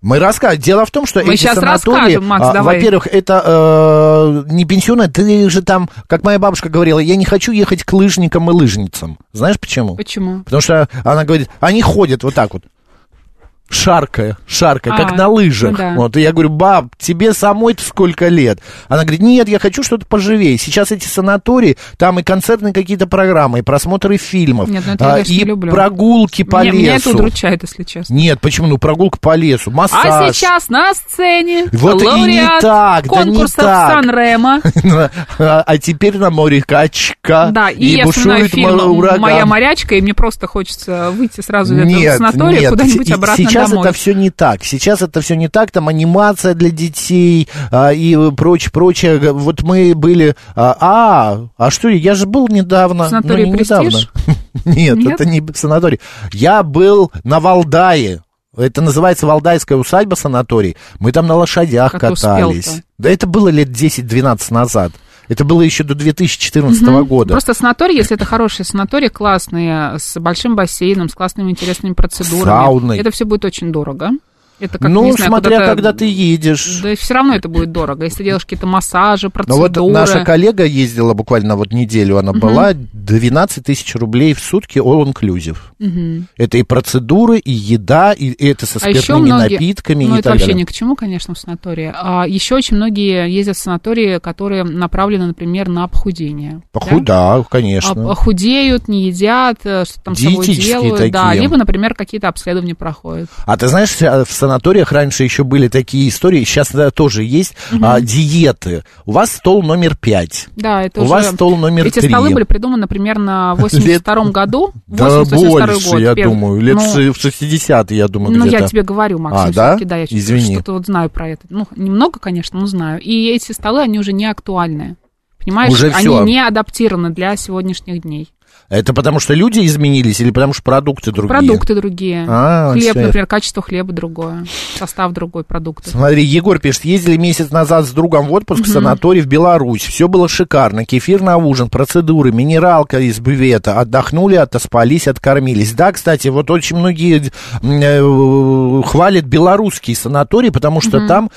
Speaker 1: Мы расскажем. Дело в том, что
Speaker 2: Мы
Speaker 1: эти
Speaker 2: щас
Speaker 1: санатории,
Speaker 2: расскажем, Макс,
Speaker 1: а,
Speaker 2: давай.
Speaker 1: во-первых, это э, не пенсионное, ты же там, как моя бабушка говорила, я не хочу ехать к лыжникам и лыжницам. Знаешь почему?
Speaker 2: Почему?
Speaker 1: Потому что она говорит, они ходят вот так вот. шаркая, шаркая,
Speaker 2: А,
Speaker 1: как на лыжах.
Speaker 2: ну да.
Speaker 1: Вот, и я говорю, баб, тебе самой-то сколько лет? Она говорит, нет, я хочу что-то поживее. Сейчас эти санатории, там и концертные какие-то программы, и просмотры фильмов, а,
Speaker 2: Нет, ну это я, конечно,
Speaker 1: и
Speaker 2: не люблю.
Speaker 1: прогулки по
Speaker 2: Меня,
Speaker 1: лесу.
Speaker 2: меня это удручает, если честно.
Speaker 1: Нет, почему? Ну, прогулка по лесу, массаж.
Speaker 2: А сейчас на сцене
Speaker 1: Вот и не
Speaker 2: лауреат
Speaker 1: так, да не
Speaker 2: конкурса
Speaker 1: так.
Speaker 2: Сан-Ремо.
Speaker 1: А а теперь на море качка.
Speaker 2: Да, и, я вспоминаю
Speaker 1: бушует
Speaker 2: фильм
Speaker 1: мо- ураган.
Speaker 2: «Моя морячка», и мне просто хочется выйти сразу из этого
Speaker 1: Нет,
Speaker 2: санатория
Speaker 1: нет,
Speaker 2: куда-нибудь
Speaker 1: се-
Speaker 2: обратно
Speaker 1: сейчас
Speaker 2: домой.
Speaker 1: это все не так. Сейчас это все не так. Там анимация для детей а, и прочее, прочее. Г- Вот мы были. А, а, а что? Я же был недавно.
Speaker 2: В санатории
Speaker 1: не
Speaker 2: «Престиж»?
Speaker 1: Нет,
Speaker 2: Нет?
Speaker 1: это не санаторий. Я был на Валдае. Это называется Валдайская усадьба санаторий. Мы там на лошадях
Speaker 2: Как ты
Speaker 1: катались.
Speaker 2: успел-то?
Speaker 1: Да это было лет 10-12 назад. Это было еще до 2014 года.
Speaker 2: Просто санаторий, если это хороший санаторий, классный, с большим бассейном, с классными интересными процедурами.
Speaker 1: Сауной.
Speaker 2: Это все будет очень дорого. Это как,
Speaker 1: ну,
Speaker 2: не знаю,
Speaker 1: смотря
Speaker 2: куда-то-
Speaker 1: когда ты едешь.
Speaker 2: Да все равно это будет дорого, если ты делаешь какие-то массажи,
Speaker 1: Ну
Speaker 2: процедуры.
Speaker 1: вот наша коллега ездила буквально вот неделю, она была, 12 тысяч рублей в сутки all inclusive. Это и процедуры, и еда, и, и это со
Speaker 2: А еще
Speaker 1: спиртными
Speaker 2: многие-
Speaker 1: напитками
Speaker 2: Ну,
Speaker 1: и
Speaker 2: это
Speaker 1: так
Speaker 2: вообще
Speaker 1: далее.
Speaker 2: ни к чему, конечно, в санатории. А еще очень многие ездят в санатории, которые направлены, например, на похудение. да?
Speaker 1: Поху- Да,
Speaker 2: А- а
Speaker 1: конечно.
Speaker 2: худеют, не едят, э, что там с собой
Speaker 1: Диетические
Speaker 2: делают. Да,
Speaker 1: такие.
Speaker 2: либо, например, какие-то обследования проходят.
Speaker 1: А ты знаешь, вся- в санаториях раньше еще были такие истории, сейчас тоже есть а, диеты. У вас стол номер пять.
Speaker 2: Да, это
Speaker 1: У
Speaker 2: уже-
Speaker 1: вас стол номер
Speaker 2: Эти
Speaker 1: три.
Speaker 2: столы были придуманы примерно в 82 году.
Speaker 1: Да
Speaker 2: 82
Speaker 1: больше,
Speaker 2: год,
Speaker 1: я
Speaker 2: первый.
Speaker 1: думаю. Лет
Speaker 2: Ну,
Speaker 1: ш- в 60 я думаю,
Speaker 2: Ну,
Speaker 1: где-то.
Speaker 2: я тебе говорю, Максим,
Speaker 1: А, да?
Speaker 2: всё-таки, да, я чё-
Speaker 1: Извини.
Speaker 2: что-то вот знаю про это. Ну, немного, конечно, но знаю. И эти столы, они уже не актуальны. Понимаешь,
Speaker 1: Уже
Speaker 2: они
Speaker 1: всё.
Speaker 2: не адаптированы для сегодняшних дней.
Speaker 1: Это потому что люди изменились или потому что продукты другие?
Speaker 2: Продукты другие.
Speaker 1: А,
Speaker 2: Хлеб,
Speaker 1: всё.
Speaker 2: например, качество хлеба другое, состав другой продукт.
Speaker 1: Смотри, Егор пишет, ездили месяц назад с другом в отпуск в санаторий в Беларусь. Все было шикарно. Кефир на ужин, процедуры, минералка из бювета. Отдохнули, отоспались, откормились. Да, кстати, вот очень многие м, э, хвалят белорусские санатории, потому что там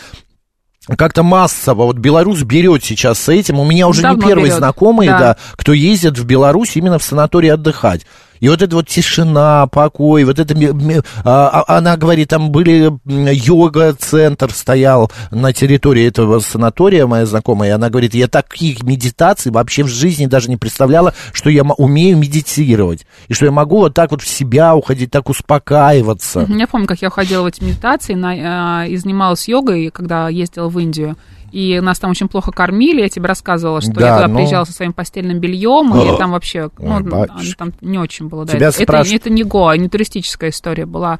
Speaker 1: как-то массово. Вот Беларусь берет сейчас с этим. У меня уже
Speaker 2: Давно
Speaker 1: не первый
Speaker 2: берет.
Speaker 1: знакомый,
Speaker 2: Да.
Speaker 1: да. кто ездит в Беларусь именно в санаторий отдыхать. И вот эта вот тишина, покой, вот это... ми- ми- а, а- Она говорит, там были м, йога-центр стоял на территории этого санатория, моя знакомая, и она говорит, я таких медитаций вообще в жизни даже не представляла, что я м- умею медитировать, и что я могу вот так вот в себя уходить, так успокаиваться.
Speaker 2: Я помню, как я уходила в эти медитации, на, э, и занималась йогой, когда ездила в Индию. И нас там очень плохо кормили, я тебе рассказывала, что я
Speaker 1: Да,
Speaker 2: туда
Speaker 1: ну.
Speaker 2: приезжала со своим постельным бельем, и там вообще, ну,
Speaker 1: Ой, батюшки.
Speaker 2: там не очень было. Да,
Speaker 1: Тебя
Speaker 2: это, это,
Speaker 1: спрашивают.
Speaker 2: это не Гоа, не туристическая история была.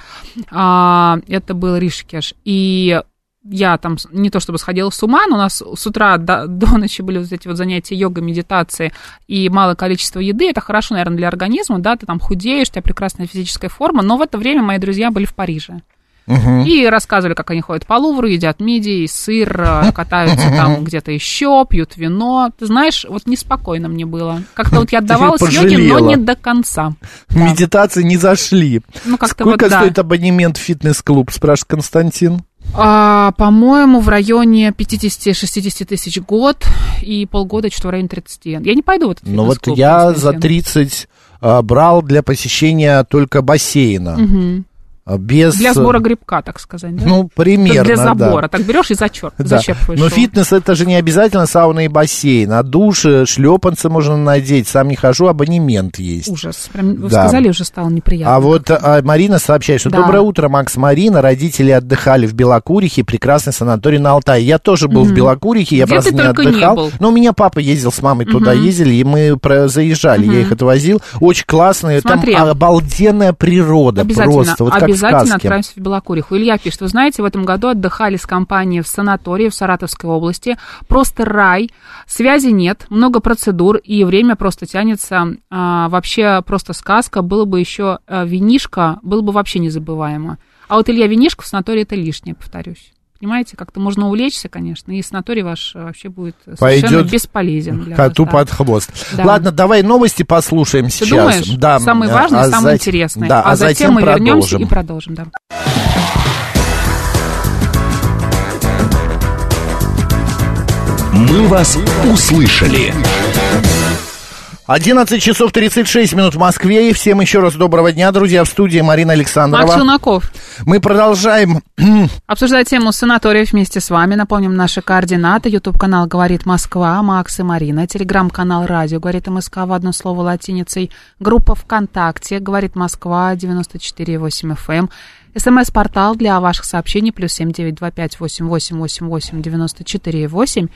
Speaker 2: А, это был Ришкеш. И я там с- не то чтобы сходила с ума, но у нас с утра до, до ночи были вот эти вот занятия йога, медитации и малое количество еды. Это хорошо, наверное, для организма, да, ты там худеешь, у тебя прекрасная физическая форма, но в это время мои друзья были в Париже. И рассказывали, как они ходят по Лувру, едят мидии, сыр, э, катаются там где-то еще, пьют вино. Ты знаешь, вот неспокойно мне было. Как-то вот я отдавалась йоге, но
Speaker 1: пожалела.
Speaker 2: не до конца. Да.
Speaker 1: Медитации не зашли.
Speaker 2: Ну, как-то вот,
Speaker 1: Сколько
Speaker 2: да.
Speaker 1: стоит абонемент в фитнес-клуб, спрашивает Константин.
Speaker 2: А, по-моему, в районе 50-60 тысяч год и полгода, что-то в районе 30. Я не пойду в этот
Speaker 1: Ну вот
Speaker 2: фитнес-клуб,
Speaker 1: я за
Speaker 2: Константин.
Speaker 1: 30 а, брал для посещения только бассейна. А, Без...
Speaker 2: Для сбора грибка, так сказать, да?
Speaker 1: Ну, примерно,
Speaker 2: Для
Speaker 1: да.
Speaker 2: забора. Так берешь и зачерп,
Speaker 1: Да.
Speaker 2: зачерпываешь
Speaker 1: Но
Speaker 2: его.
Speaker 1: фитнес это же не обязательно сауна и бассейн, а души, шлепанцы можно надеть, сам не хожу, абонемент есть.
Speaker 2: Ужас. Прям, вы
Speaker 1: Да.
Speaker 2: сказали, уже стало неприятно.
Speaker 1: А вот а, Марина сообщает, что
Speaker 2: Да.
Speaker 1: доброе утро, Макс Марина. Родители отдыхали в Белокурихе, прекрасный санаторий на Алтае. Я тоже был в Белокурихе, я
Speaker 2: Где
Speaker 1: просто
Speaker 2: ты
Speaker 1: не
Speaker 2: только не
Speaker 1: отдыхал.
Speaker 2: был.
Speaker 1: Но у меня папа ездил с мамой туда, ездили, и мы про- заезжали, я их отвозил. Очень классные, там
Speaker 2: Смотри.
Speaker 1: обалденная природа
Speaker 2: Обязательно,
Speaker 1: просто, вот как в
Speaker 2: обязательно
Speaker 1: сказке.
Speaker 2: отправимся в Белокуриху. Илья пишет, вы знаете, в этом году отдыхали с компанией в санатории в Саратовской области. Просто рай, связи нет, много процедур, и время просто тянется. А, вообще просто сказка, было бы еще э, винишко, было бы вообще незабываемо. А вот Илья винишко в санатории это лишнее, повторюсь. Понимаете, как-то можно увлечься, конечно, и санаторий ваш э, вообще будет совершенно
Speaker 1: Пойдет
Speaker 2: бесполезен. для
Speaker 1: Коту
Speaker 2: вас, да.
Speaker 1: под хвост.
Speaker 2: Да.
Speaker 1: Ладно, давай новости послушаем
Speaker 2: Ты
Speaker 1: сейчас.
Speaker 2: думаешь?
Speaker 1: Да.
Speaker 2: Самые
Speaker 1: а,
Speaker 2: важные,
Speaker 1: а
Speaker 2: самые
Speaker 1: зат-
Speaker 2: интересные.
Speaker 1: Да,
Speaker 2: а, затем, мы вернемся
Speaker 1: продолжим.
Speaker 2: и продолжим. Да.
Speaker 3: «Мы вас услышали».
Speaker 1: 11 часов 36 минут в Москве. И всем еще раз доброго дня, друзья. В студии Марина
Speaker 2: Марк
Speaker 1: Александрова.
Speaker 2: Челноков.
Speaker 1: Мы продолжаем
Speaker 2: Обсуждать тему санаториев вместе с вами. Напомним наши координаты. Ютуб-канал «Говорит Москва», Макс и Марина. Телеграм-канал «Радио», «Говорит МСК» в одно слово латиницей. Группа ВКонтакте «Говорит Москва» 94,8 FM. эм». СМС-портал для ваших сообщений плюс семь девять два пять восемь восемь восемь восемь девяносто четыре восемь.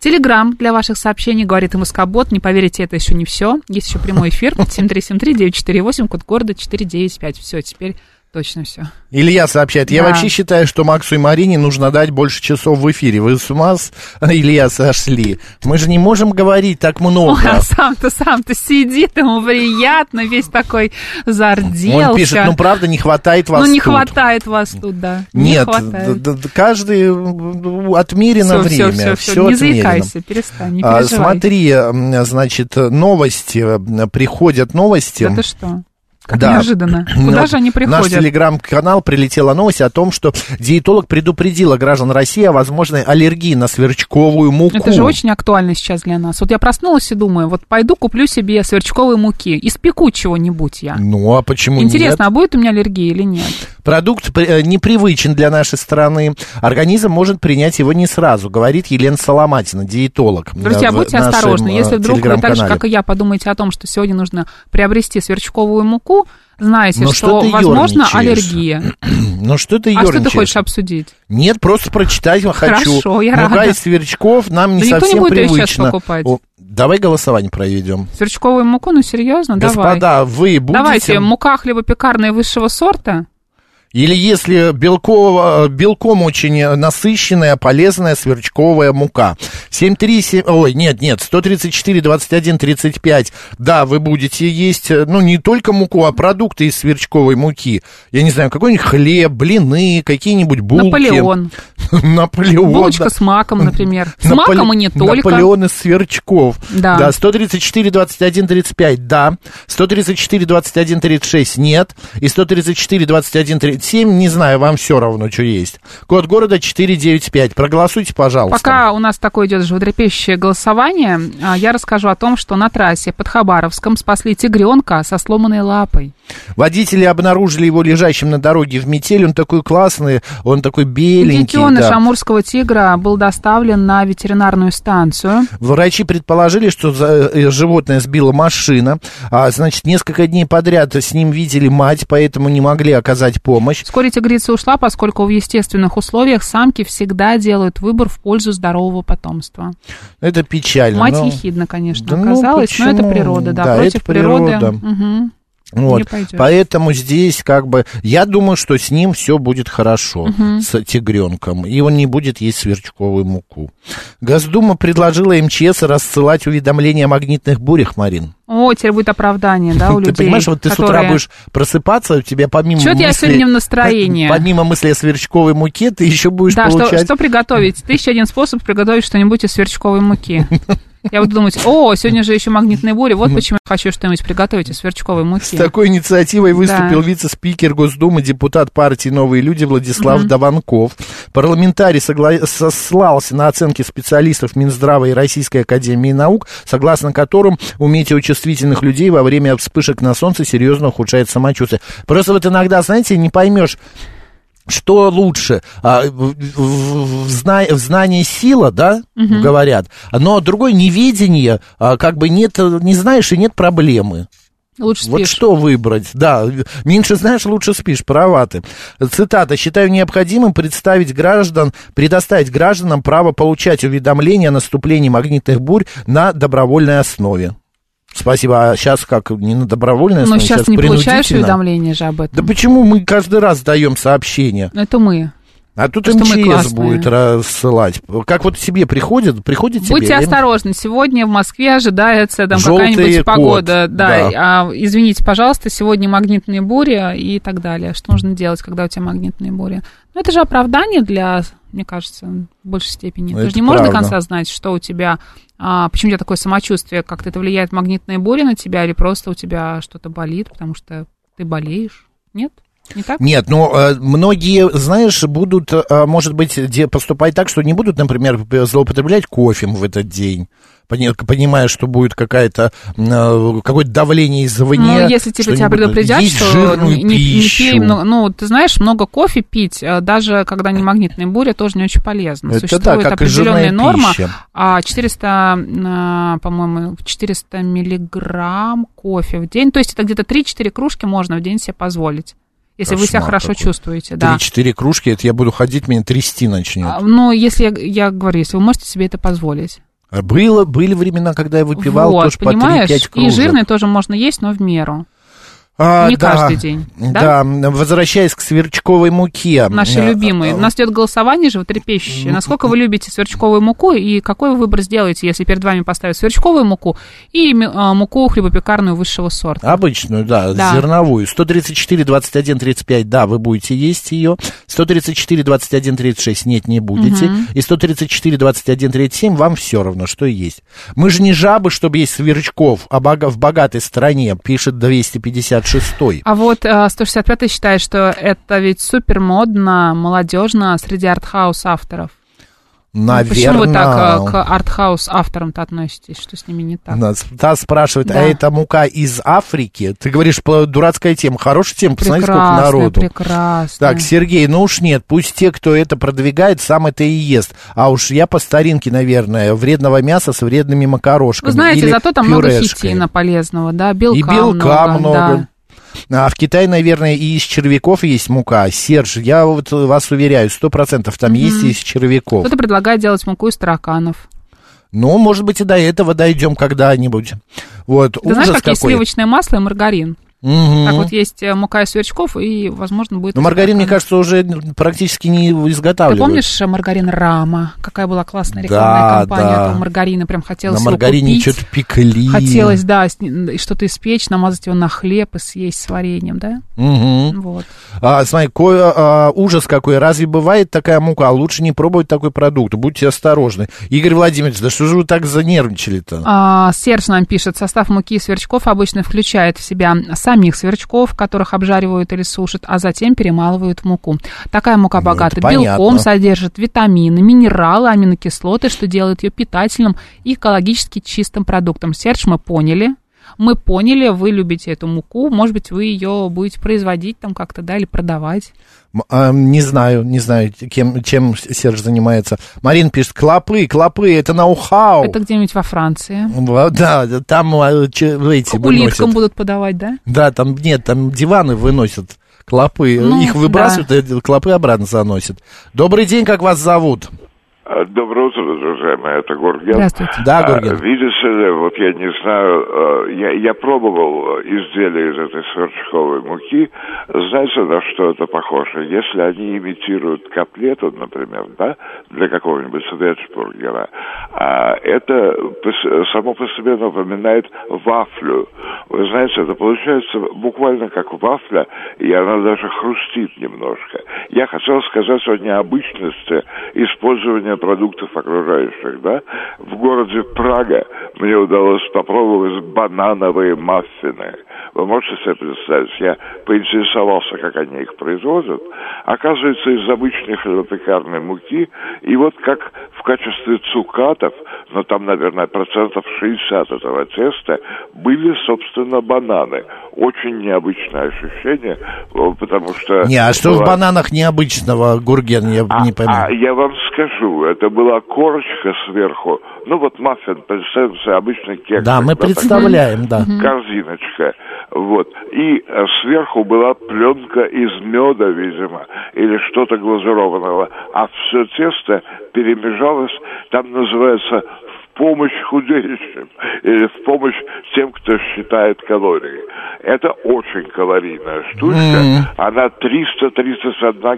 Speaker 2: Телеграм для ваших сообщений, говорит МСК Бот. Не поверите, это еще не все. Есть еще прямой эфир. 7373-948, код города 495. Все, теперь точно все.
Speaker 1: Илья сообщает, я
Speaker 2: Да.
Speaker 1: вообще считаю, что Максу и Марине нужно дать больше часов в эфире. Вы с ума, с- Илья, сошли? Мы же не можем говорить так много.
Speaker 2: Ой, а сам-то, сам-то сидит, ему приятно, весь такой зарделся.
Speaker 1: Он пишет, ну правда не хватает вас
Speaker 2: Ну, не
Speaker 1: тут».
Speaker 2: хватает вас тут, да. не
Speaker 1: Нет,
Speaker 2: хватает.
Speaker 1: д- д- каждый м, отмерено время.
Speaker 2: все, все, все,
Speaker 1: всё
Speaker 2: не
Speaker 1: отмерено.
Speaker 2: заикайся, перестань, не
Speaker 1: А,
Speaker 2: переживай.
Speaker 1: Смотри, м, значит, новости, м, приходят новости.
Speaker 2: Да ты что? Как
Speaker 1: Да.
Speaker 2: неожиданно. Куда
Speaker 1: Вот
Speaker 2: же они
Speaker 1: Э, Наш
Speaker 2: приходят?
Speaker 1: телеграм-канал прилетела новость о том, что диетолог предупредила граждан России о возможной аллергии на сверчковую муку.
Speaker 2: Это же очень актуально сейчас для нас. Вот я проснулась и думаю, вот пойду куплю себе сверчковой муки, испеку чего-нибудь я.
Speaker 1: Ну, а почему нет?
Speaker 2: Интересно, а будет у меня аллергия или нет?
Speaker 1: Продукт при- э, непривычен для нашей страны. Организм может принять его не сразу, говорит Елена Соломатина, диетолог.
Speaker 2: Друзья,
Speaker 1: э, в
Speaker 2: будьте
Speaker 1: нашем,
Speaker 2: осторожны.
Speaker 1: э,
Speaker 2: Если вдруг вы так же,
Speaker 1: телеграм-канале.
Speaker 2: как и я, подумаете о том, что сегодня нужно приобрести сверчковую муку, знаете,
Speaker 1: Ну,
Speaker 2: что,
Speaker 1: что ты
Speaker 2: возможно,
Speaker 1: ерничаешь?
Speaker 2: аллергия.
Speaker 1: Ну что ты
Speaker 2: А
Speaker 1: ерничаешь?
Speaker 2: что ты хочешь обсудить?
Speaker 1: Нет, просто прочитать я хочу.
Speaker 2: Хорошо, я
Speaker 1: Мука
Speaker 2: рада.
Speaker 1: из сверчков нам не
Speaker 2: Да никто не
Speaker 1: совсем
Speaker 2: будет её сейчас
Speaker 1: привычно.
Speaker 2: покупать.
Speaker 1: давай голосование проведем.
Speaker 2: Сверчковую муку? Ну, серьезно? Давай.
Speaker 1: Господа, вы будете...
Speaker 2: Давайте, мука хлебопекарная высшего сорта?
Speaker 1: Или если белкова- белком очень насыщенная, полезная сверчковая мука. 737... Ой, нет, нет, 134, 21, 35. Да, вы будете есть, э, ну, не только муку, а продукты из сверчковой муки. Я не знаю, какой-нибудь хлеб, блины, какие-нибудь булки.
Speaker 2: Наполеон.
Speaker 1: Наполеон.
Speaker 2: Булочка
Speaker 1: да.
Speaker 2: с маком, например. С
Speaker 1: Наполе-
Speaker 2: маком и не только.
Speaker 1: Наполеон из сверчков.
Speaker 2: Да.
Speaker 1: 134, 21, 35, да. 134, 21, 36, нет. И 134, 21, 37, не знаю, вам все равно, что есть. Код города 495. Проголосуйте, пожалуйста.
Speaker 2: Пока у нас такое идет животрепещущее голосование, а, я расскажу о том, что на трассе под Хабаровском спасли тигренка со сломанной лапой.
Speaker 1: Водители обнаружили его лежащим на дороге в метель. Он такой классный, он такой беленький.
Speaker 2: Детеныш
Speaker 1: да.
Speaker 2: амурского тигра был доставлен на ветеринарную станцию.
Speaker 1: Врачи предположили, что за- э, животное сбила машина. А, значит, несколько дней подряд с ним видели мать, поэтому не могли оказать помощь.
Speaker 2: Вскоре тигрица ушла, поскольку в естественных условиях самки всегда делают выбор в пользу здорового потомства.
Speaker 1: Это печально.
Speaker 2: Мать
Speaker 1: но-
Speaker 2: ехидна, конечно,
Speaker 1: Да ну
Speaker 2: оказалась, но это
Speaker 1: почему?
Speaker 2: природа, да,
Speaker 1: Да,
Speaker 2: против
Speaker 1: это
Speaker 2: природы.
Speaker 1: природа.
Speaker 2: Мгм.
Speaker 1: вот.
Speaker 2: не пойдет.
Speaker 1: Поэтому здесь как бы... Я думаю, что с ним все будет хорошо, с тигренком. И он не будет есть сверчковую муку. Госдума предложила МЧС рассылать уведомления о магнитных бурях, Марин.
Speaker 2: О, теперь будет оправдание, да, у
Speaker 1: ты
Speaker 2: людей.
Speaker 1: понимаешь, вот ты с утра
Speaker 2: которые-
Speaker 1: будешь просыпаться, у тебя помимо
Speaker 2: Чё-то я
Speaker 1: мысли-
Speaker 2: сегодня не в настроении.
Speaker 1: по- Помимо мысли о сверчковой муке, ты еще будешь
Speaker 2: Да,
Speaker 1: получать...
Speaker 2: что, что приготовить? Тысяча один способ приготовить что-нибудь из сверчковой муки. Я буду думать, о, сегодня же еще магнитные бури, вот почему я хочу что-нибудь приготовить из сверчковой
Speaker 1: С
Speaker 2: муки.
Speaker 1: такой инициативой выступил
Speaker 2: Да.
Speaker 1: вице-спикер Госдумы, депутат партии «Новые люди» Владислав Даванков. Парламентарий согла- сослался на оценки специалистов Минздрава и Российской Академии Наук, согласно которым у метеочувствительных людей во время вспышек на солнце серьезно ухудшает самочувствие. Просто вот иногда, знаете, не поймешь, что лучше? а, в- в- в зна- в знании сила, да, говорят, но другое неведение, а, как бы нет, э, не знаешь и нет проблемы.
Speaker 2: Лучше
Speaker 1: Вот
Speaker 2: спишь.
Speaker 1: что выбрать? Да, меньше знаешь, лучше спишь, права ты. Цитата. «Считаю необходимым представить граждан, предоставить гражданам право получать уведомления о наступлении магнитных бурь на добровольной основе». Спасибо. А сейчас как, не на добровольной
Speaker 2: Но
Speaker 1: основе,
Speaker 2: сейчас Ну, не получаешь
Speaker 1: принудительно?
Speaker 2: уведомления же об
Speaker 1: Да
Speaker 2: этом. Ну,
Speaker 1: почему мы каждый раз даем сообщение?
Speaker 2: Это мы.
Speaker 1: А тут
Speaker 2: Потому что мы
Speaker 1: МЧС
Speaker 2: классные.
Speaker 1: будет рассылать. Как вот себе приходит, приходит тебе...
Speaker 2: Будьте
Speaker 1: я не-
Speaker 2: осторожны. Сегодня в Москве ожидается там
Speaker 1: Желтый
Speaker 2: какая-нибудь
Speaker 1: код,
Speaker 2: погода.
Speaker 1: да.
Speaker 2: Да. и, а, извините, пожалуйста, сегодня магнитные бури и так далее. Что нужно делать, когда у тебя магнитные бури? Ну, это же оправдание для, мне кажется, в большей степени.
Speaker 1: Ну, Это
Speaker 2: Ты же не можешь до
Speaker 1: правда.
Speaker 2: конца знать, что у тебя, а, почему у тебя такое самочувствие, как это влияет магнитные бури на тебя, или просто у тебя что-то болит, потому что ты болеешь. Нет? Не так?
Speaker 1: Нет, ну, э, многие, знаешь, будут, э, может быть, де- поступать так, что не будут, например, п- злоупотреблять кофем в этот день. пони- понимая, что будет какая-то, э, какое-то давление извне.
Speaker 2: Ну, если типа тебя
Speaker 1: что-нибудь,
Speaker 2: предупредят,
Speaker 1: есть
Speaker 2: что
Speaker 1: жирную
Speaker 2: не, не
Speaker 1: пищу.
Speaker 2: пей много. Ну, ты знаешь, много кофе пить, э, даже когда не магнитная буря, тоже не очень полезно.
Speaker 1: Это да,
Speaker 2: Существует
Speaker 1: как и жирная
Speaker 2: определенная норма.
Speaker 1: пища.
Speaker 2: А 400, э, по-моему, 400 миллиграмм кофе в день. То есть это где-то 3-4 кружки можно в день себе позволить. Если вы себя
Speaker 1: Кошмар
Speaker 2: хорошо
Speaker 1: какой.
Speaker 2: чувствуете, да.
Speaker 1: Три-четыре кружки, это я буду ходить, меня трясти начнет.
Speaker 2: А, Ну, если я, я говорю, если вы можете себе это позволить.
Speaker 1: А Было, были времена, когда я выпивал
Speaker 2: вот,
Speaker 1: тоже по
Speaker 2: понимаешь?
Speaker 1: 3-5
Speaker 2: и
Speaker 1: кружек.
Speaker 2: жирный тоже можно есть, но в меру.
Speaker 1: А,
Speaker 2: не каждый день, да?
Speaker 1: Да, возвращаясь к сверчковой муке.
Speaker 2: Наши
Speaker 1: Э,
Speaker 2: любимые. У нас идет голосование животрепещущее. Насколько вы любите сверчковую муку и какой вы выбор сделаете, если перед вами поставят сверчковую муку и ми- а, муку хлебопекарную высшего сорта?
Speaker 1: Обычную, да,
Speaker 2: Да.
Speaker 1: зерновую. 134, 21, 35, да, вы будете есть ее. 134, 21, 36, нет, не будете. И 134, 21, 37, вам все равно, что есть. Мы же не жабы, чтобы есть сверчков, а бога- в богатой стране, пишет 256
Speaker 2: А вот э, 165 считает, что это ведь супер модно, молодежно среди артхаус авторов.
Speaker 1: Наверное.
Speaker 2: ну, Почему вы так э, к артхаус авторам-то относитесь? Что с ними не так?
Speaker 1: Нас- Та спрашивает,
Speaker 2: Да.
Speaker 1: а это мука из Африки? Ты говоришь, пла- дурацкая тема, хорошая тема, посмотри, сколько
Speaker 2: Прекрасно,
Speaker 1: народу.
Speaker 2: прекрасно.
Speaker 1: Так, Сергей, ну уж нет, пусть те, кто это продвигает, сам это и ест. А уж я по старинке, наверное, вредного мяса с вредными макарошками.
Speaker 2: Вы знаете,
Speaker 1: или
Speaker 2: зато там много
Speaker 1: пюрешкой.
Speaker 2: хитина полезного, да, белка
Speaker 1: И белка много.
Speaker 2: да.
Speaker 1: А в Китае, наверное, и из червяков есть мука. Серж, я вот вас уверяю, сто процентов там есть и из червяков.
Speaker 2: Кто-то предлагает делать муку из тараканов.
Speaker 1: Ну, может быть, и до этого дойдем когда-нибудь. Вот,
Speaker 2: Ты знаешь,
Speaker 1: ужас
Speaker 2: как есть
Speaker 1: какой.
Speaker 2: сливочное масло и маргарин?
Speaker 1: Мгм.
Speaker 2: Так вот есть э, мука из сверчков, и, возможно, будет...
Speaker 1: Но
Speaker 2: из
Speaker 1: Ну, маргарин, мне
Speaker 2: тараканов.
Speaker 1: кажется, уже практически не
Speaker 2: Ты
Speaker 1: изготавливают.
Speaker 2: помнишь э, маргарин Рама? Какая была классная рекламная
Speaker 1: Да,
Speaker 2: кампания
Speaker 1: да.
Speaker 2: этого маргарина. Прям хотелось
Speaker 1: На
Speaker 2: его
Speaker 1: маргарине
Speaker 2: купить.
Speaker 1: что-то пекли.
Speaker 2: Хотелось, да, с- и что-то испечь, намазать его на хлеб и съесть с вареньем, да?
Speaker 1: Мгм.
Speaker 2: Вот.
Speaker 1: А, смотри, ко- а, ужас какой. Разве бывает такая мука? А Лучше не пробовать такой продукт. Будьте осторожны. Игорь Владимирович, да что же вы так занервничали-то?
Speaker 2: А, Серж нам пишет, состав муки и сверчков обычно включает в себя самих сверчков, которых обжаривают или сушат, а затем перемалывают в муку. Такая мука
Speaker 1: Ну,
Speaker 2: богата
Speaker 1: это
Speaker 2: белком,
Speaker 1: понятно.
Speaker 2: содержит витамины, минералы, аминокислоты, что делает ее питательным и экологически чистым продуктом. Серж, мы поняли. Мы поняли, вы любите эту муку, может быть, вы ее будете производить там как-то, да, или продавать.
Speaker 1: М- а, не знаю, не знаю, кем, чем Серж занимается. Марин пишет, клопы, клопы, это ноу-хау.
Speaker 2: Это где-нибудь во Франции.
Speaker 1: Вот, Да, да, там а, че- эти
Speaker 2: Улиткам
Speaker 1: выносят.
Speaker 2: будут подавать, да?
Speaker 1: Да, там нет, там диваны выносят. Клопы,
Speaker 2: Ну,
Speaker 1: их выбрасывают, э, клопы обратно заносят. Добрый день, как вас зовут?
Speaker 4: А, Доброе утро, друзья мои, это Гурген.
Speaker 2: Здравствуйте.
Speaker 1: Да,
Speaker 4: А,
Speaker 1: Гурген?
Speaker 4: видишь ли, вот я не знаю, э, я, я пробовал э, изделия из этой сверчковой муки. Знаете, на что это похоже? Если они имитируют котлету, например, да, для какого-нибудь сверчбургера, а это по с- само по себе напоминает вафлю. Вы знаете, это получается буквально как вафля, и она даже хрустит немножко. Я хотел сказать о необычности использования продуктов окружающих. Да? В городе Прага мне удалось попробовать банановые маффины. Вы можете себе представить, я поинтересовался, как они их производят. Оказывается, из обычной хлебопекарной муки, и вот как в качестве цукатов, но там, наверное, процентов 60 этого теста, были, собственно, бананы. Очень необычное ощущение, э, потому что...
Speaker 1: Не, а что в
Speaker 4: бывает-
Speaker 1: бананах необычного, Гурген, я
Speaker 4: а,
Speaker 1: не
Speaker 4: а
Speaker 1: понимаю.
Speaker 4: я вам скажу, это была корочка сверху. Ну вот маффин, представим себе обычный кекс.
Speaker 1: Да, мы
Speaker 4: такой,
Speaker 1: представляем, да.
Speaker 4: Корзиночка. Вот. И э, сверху была пленка из меда, видимо, или что-то глазированного. А все тесто перемежалось, там называется в помощь худеющим или в помощь тем, кто считает калории. Это очень калорийная штучка. Она 300-301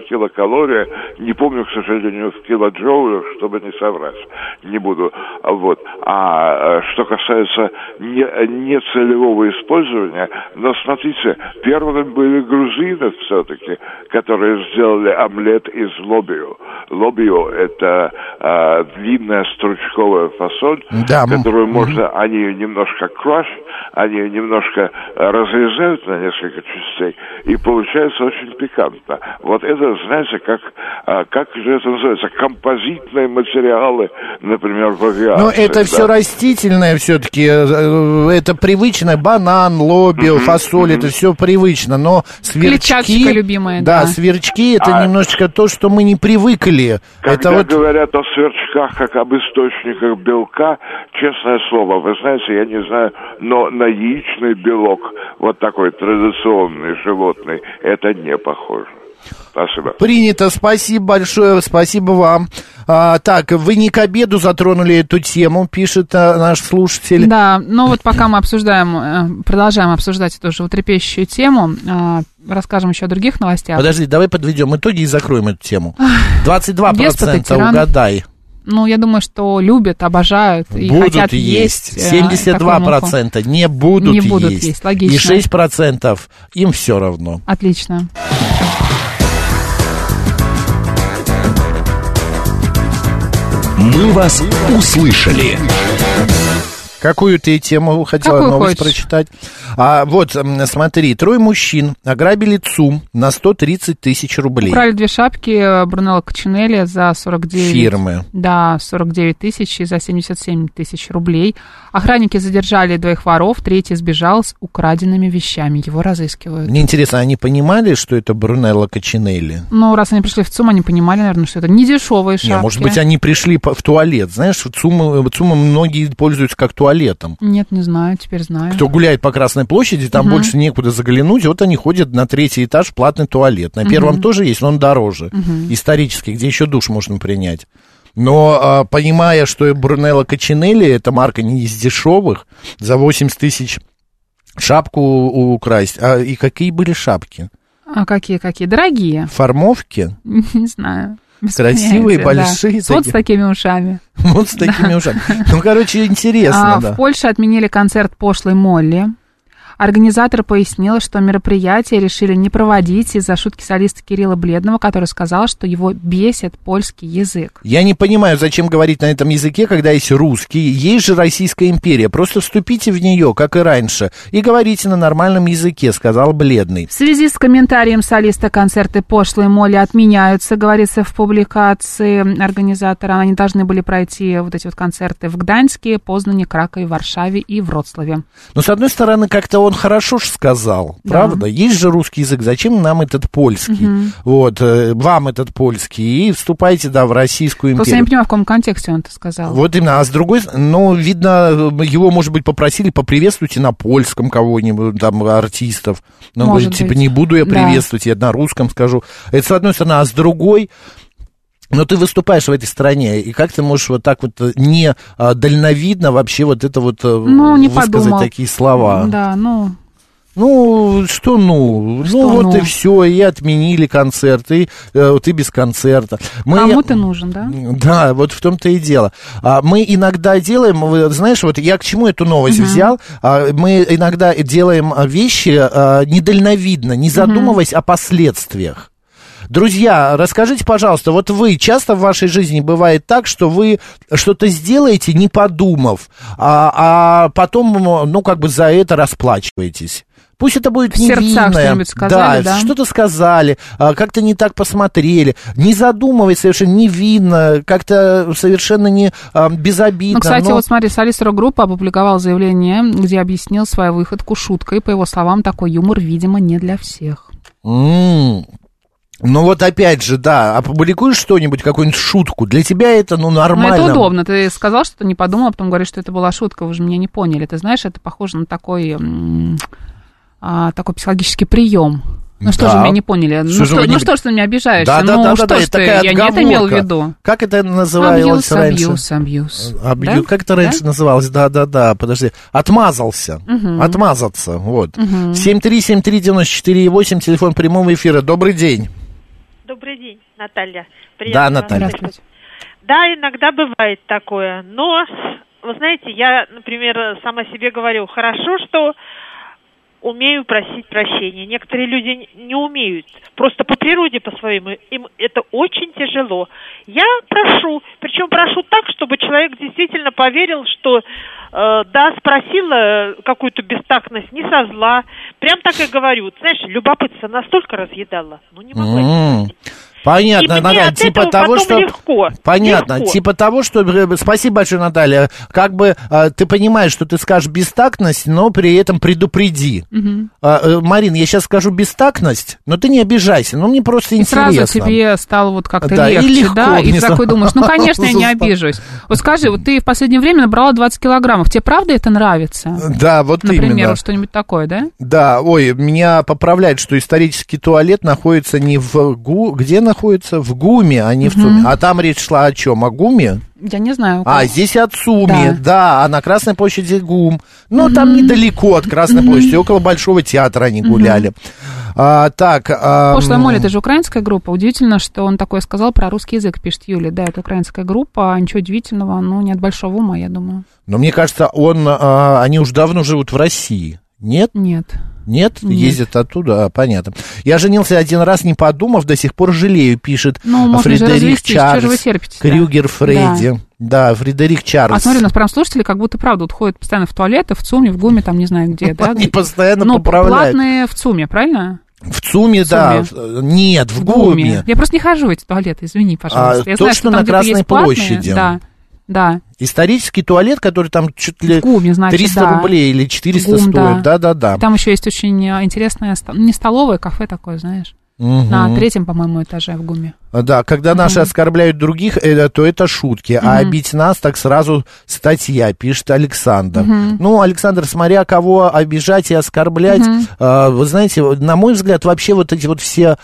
Speaker 4: килокалория. Не помню, к сожалению, в килоджоулях, чтобы не соврать. Не буду. А Вот. А э, что касается не- нецелевого использования, но смотрите, первыми были грузины все-таки, которые сделали омлет из лобио. Лобио – это э, длинная стручковая фасоль, соль,
Speaker 1: Да, м,
Speaker 4: которую можно, они ее немножко кровь, они ее немножко э, разрезают на несколько частей, и получается очень пикантно. Вот это, знаете, как, а, как же это называется, композитные материалы, например, в авиации.
Speaker 1: Но это
Speaker 4: да.
Speaker 1: все растительное все-таки, это привычное, банан, лобио, фасоль, это все привычно, но сверчки...
Speaker 2: Клетчаточка любимая, да.
Speaker 1: сверчки это
Speaker 4: А.
Speaker 1: немножечко то, что мы не привыкли.
Speaker 4: Когда
Speaker 1: это вот...
Speaker 4: говорят о сверчках как об источниках белка, честное слово, вы знаете, я не знаю, но на яичный белок, вот такой традиционный животный, это не похоже. Спасибо.
Speaker 1: Принято, спасибо большое, спасибо вам. А, так, вы не к обеду затронули эту тему, пишет а, наш слушатель.
Speaker 2: Да, ну вот пока мы обсуждаем, э, продолжаем обсуждать эту животрепещущую тему, э, расскажем еще о других новостях.
Speaker 1: Подожди, давай подведем итоги и закроем эту тему. 22%
Speaker 2: деспот и тиран.
Speaker 1: угадай.
Speaker 2: Ну, я думаю, что любят, обожают и
Speaker 1: будут
Speaker 2: хотят
Speaker 1: есть.
Speaker 2: есть. э, такую муку.
Speaker 1: 72% не будут,
Speaker 2: Не будут есть, логично.
Speaker 1: И 6% им все равно.
Speaker 2: Отлично.
Speaker 3: «Мы вас услышали».
Speaker 1: Какую ты тему хотела
Speaker 2: Какую
Speaker 1: новость
Speaker 2: хочешь.
Speaker 1: прочитать? А, вот, м, смотри, трое мужчин ограбили ЦУМ на 130 тысяч рублей.
Speaker 2: Украли две шапки э, Брунелла Качинелли за 49...
Speaker 1: Фирмы.
Speaker 2: Да, 49 тысяч и за 77 тысяч рублей. Охранники задержали двоих воров, третий сбежал с украденными вещами. Его разыскивают.
Speaker 1: Мне интересно, они понимали, что это Брунелло Качинелли?
Speaker 2: Ну, раз они пришли в ЦУМ, они понимали, наверное, что это не дешевые шапки.
Speaker 1: Не, может быть, они пришли по- в туалет. Знаешь, ЦУМы, ЦУМы многие пользуются как туалетом.
Speaker 2: Нет, не знаю, теперь знаю.
Speaker 1: Кто гуляет по Красной площади, там больше некуда заглянуть, вот они ходят на третий этаж в платный туалет. На первом тоже есть, но он дороже. Исторически, где еще душ можно принять. Но а, понимая, что Брунелло Качинелли, это марка не из дешевых, за 80 тысяч шапку у- украсть. А, и какие были шапки?
Speaker 2: А какие, какие? Дорогие.
Speaker 1: Формовки?
Speaker 2: Не знаю. Без
Speaker 1: Красивые,
Speaker 2: понятия,
Speaker 1: большие
Speaker 2: да. С Вот
Speaker 1: такие.
Speaker 2: с такими ушами.
Speaker 1: Вот с такими ушами. Ну, короче, интересно,
Speaker 2: А,
Speaker 1: да.
Speaker 2: В Польше отменили концерт пошлой Молли. Организатор пояснила, что мероприятие решили не проводить из-за шутки солиста Кирилла Бледного, который сказал, что его бесит польский язык.
Speaker 1: Я не понимаю, зачем говорить на этом языке, когда есть русский, есть же Российская империя. Просто вступите в нее, как и раньше, и говорите на нормальном языке, сказал Бледный.
Speaker 2: В связи с комментарием солиста концерты пошлой Молли отменяются, говорится в публикации организатора. Они должны были пройти вот эти вот концерты в Гданьске, Познане, Кракове, Варшаве и Вроцлаве.
Speaker 1: Но, с одной стороны, как-то он хорошо ж сказал, правда? Есть же русский язык, зачем нам этот польский? Вот, э, вам этот польский, и вступайте, да, в Российскую
Speaker 2: Просто я не
Speaker 1: империю.
Speaker 2: понимаю, в каком контексте он это сказал.
Speaker 1: Вот именно. А с другой, с- ну, видно, э, его, может быть, попросили поприветствуйте на польском кого-нибудь, там, артистов. Но он
Speaker 2: Может
Speaker 1: говорит, типа,
Speaker 2: быть.
Speaker 1: не буду я
Speaker 2: Да.
Speaker 1: приветствовать, я на русском скажу. Это с одной стороны, а с другой... Но ты выступаешь в этой стране, и как ты можешь вот так вот э, не а, дальновидно вообще вот это вот э,
Speaker 2: ну, не
Speaker 1: высказать
Speaker 2: подумал.
Speaker 1: такие слова?
Speaker 2: Да, ну,
Speaker 1: Ну, что ну? ну,
Speaker 2: Что
Speaker 1: вот
Speaker 2: ну?
Speaker 1: и все, и отменили концерт, и э, ты без концерта. Мы-
Speaker 2: кому ты нужен, да?
Speaker 1: да, вот в том-то и дело. А, мы иногда делаем, вы знаешь, вот я к чему эту новость взял, А, мы иногда делаем а, вещи а, недальновидно, не задумываясь о последствиях. Друзья, расскажите, пожалуйста, вот вы часто в вашей жизни бывает так, что вы что-то сделаете, не подумав, а, а потом, ну, как бы за это расплачиваетесь. Пусть это будет
Speaker 2: В сердцах
Speaker 1: невинное.
Speaker 2: что-нибудь сказали, да?
Speaker 1: что-то сказали, а, как-то не так посмотрели, не задумываясь совершенно невинно, как-то совершенно не а, безобидно.
Speaker 2: Ну, кстати,
Speaker 1: но-
Speaker 2: вот смотри, солист рок-группы опубликовал заявление, где объяснил свою выходку шуткой. По его словам, такой юмор, видимо, не для всех.
Speaker 1: М. Ну вот опять же, да, опубликуешь что-нибудь, какую-нибудь шутку, для тебя это, ну,
Speaker 2: Ну,
Speaker 1: нормально.
Speaker 2: это удобно. Ты сказал, что ты не подумал, а потом говоришь, что это была шутка, вы же меня не поняли. Ты знаешь, это похоже на такой, м, а, такой психологический прием. Ну что
Speaker 1: Да.
Speaker 2: же, меня не поняли?
Speaker 1: Что
Speaker 2: ну,
Speaker 1: же
Speaker 2: что,
Speaker 1: вы не-
Speaker 2: ну что ж ты меня обижаешься?
Speaker 1: Да, да,
Speaker 2: ну
Speaker 1: да, да,
Speaker 2: что
Speaker 1: да,
Speaker 2: ж
Speaker 1: это
Speaker 2: ты,
Speaker 1: такая
Speaker 2: я не это имел в
Speaker 1: отговорка.
Speaker 2: виду.
Speaker 1: Как это называлось
Speaker 2: Абьюз,
Speaker 1: раньше?
Speaker 2: абьюз, абьюз.
Speaker 1: Обью-
Speaker 2: Да?
Speaker 1: Как это раньше
Speaker 2: Да?
Speaker 1: называлось? Да, да, да, подожди. Отмазался. Отмазаться. Вот. 7373948, телефон прямого эфира. Добрый день.
Speaker 5: Добрый день, Наталья.
Speaker 1: Да,
Speaker 5: вас
Speaker 1: Наталья.
Speaker 5: слышать.
Speaker 2: Здравствуйте.
Speaker 5: Да, иногда бывает такое, но, вы знаете, я, например, сама себе говорю, хорошо, что умею просить прощения. Некоторые люди н- не умеют. Просто по природе, по своему, им это очень тяжело. Я прошу, причем прошу так, чтобы человек действительно поверил, что э, да, спросила э, какую-то бестактность, не со зла. Прям так и говорю. Знаешь, любопытство настолько разъедало. Ну, не могла.
Speaker 1: М. М-м. Понятно,
Speaker 5: И мне
Speaker 1: Наталья,
Speaker 5: от
Speaker 1: типа
Speaker 5: этого
Speaker 1: того,
Speaker 5: потом
Speaker 1: что...
Speaker 5: легко,
Speaker 1: Понятно,
Speaker 5: легко.
Speaker 1: типа того, что... э, Спасибо большое, Наталья. Как бы э, ты понимаешь, что ты скажешь бестактность, но при этом предупреди. А, э, Марин, я сейчас скажу бестактность, но ты не обижайся, ну мне просто
Speaker 2: И
Speaker 1: интересно.
Speaker 2: сразу тебе стало вот как-то
Speaker 1: Да, и
Speaker 2: легче,
Speaker 1: легко
Speaker 2: да? И ты
Speaker 1: мне
Speaker 2: такой
Speaker 1: стало.
Speaker 2: думаешь, ну, конечно, я не
Speaker 1: Заспа-
Speaker 2: обижусь. Вот скажи, вот ты в последнее время набрала 20 килограммов. Тебе правда это нравится?
Speaker 1: Да, Э, вот
Speaker 2: Например,
Speaker 1: именно.
Speaker 2: вот что-нибудь такое, да?
Speaker 1: Да, ой, меня поправляют, что исторический туалет находится не в ГУ... Где находится? В ГУМе, а не в ЦУМе. А там речь шла о чем? О ГУМе?
Speaker 2: Я не знаю.
Speaker 1: А, здесь от ЦУМе, да. а на Красной площади ГУМ. Ну, там недалеко от Красной площади, около Большого театра они гуляли. А, так, а,
Speaker 2: Пошлая
Speaker 1: м,
Speaker 2: Молли, это же украинская группа. Удивительно, что он такое сказал про русский язык, пишет Юля. Да, это украинская группа, а ничего удивительного, ну, не от большого ума, я думаю.
Speaker 1: но мне кажется, он, а, они уже давно живут в России. Нет?
Speaker 2: Нет.
Speaker 1: Нет, ездит оттуда, а, понятно. Я женился один раз, не подумав, до сих пор жалею, пишет
Speaker 2: Ну, можно же
Speaker 1: А Фредерик
Speaker 2: развестись, чего
Speaker 1: Чарльз.
Speaker 2: же вы терпите?
Speaker 1: Крюгер Фредди. Да. Фредерик Чарльз.
Speaker 2: А смотри, у нас прям слушатели как будто, правда, вот ходят постоянно в туалеты, в ЦУМе, в ГУМе, там не знаю где, да?
Speaker 1: Они постоянно
Speaker 2: Ну,
Speaker 1: поправляют.
Speaker 2: платные в ЦУМе, правильно?
Speaker 1: В ЦУМе, да. в- Нет, в, ГУМе.
Speaker 2: Я просто не хожу в эти туалеты, извини, пожалуйста.
Speaker 1: А,
Speaker 2: я
Speaker 1: то,
Speaker 2: знаю,
Speaker 1: что
Speaker 2: что,
Speaker 1: на
Speaker 2: там где-то
Speaker 1: Красной
Speaker 2: есть платные.
Speaker 1: площади.
Speaker 2: Да, да.
Speaker 1: Исторический туалет, который там чуть ли
Speaker 2: В ГУМе, значит,
Speaker 1: 300
Speaker 2: да.
Speaker 1: рублей или 400
Speaker 2: ГУМ,
Speaker 1: стоит.
Speaker 2: да.
Speaker 1: Да-да-да.
Speaker 2: Там еще есть очень э, интересное, ста- не столовое, а кафе такое, знаешь.
Speaker 1: Мгм.
Speaker 2: На третьем, по-моему, этаже в ГУМе.
Speaker 1: Да, когда наши оскорбляют других, э, то это шутки, а обидеть нас так сразу статья, пишет Александр. Ну, Александр, смотря кого обижать и оскорблять, э, вы знаете, вот на мой взгляд, вообще вот эти вот все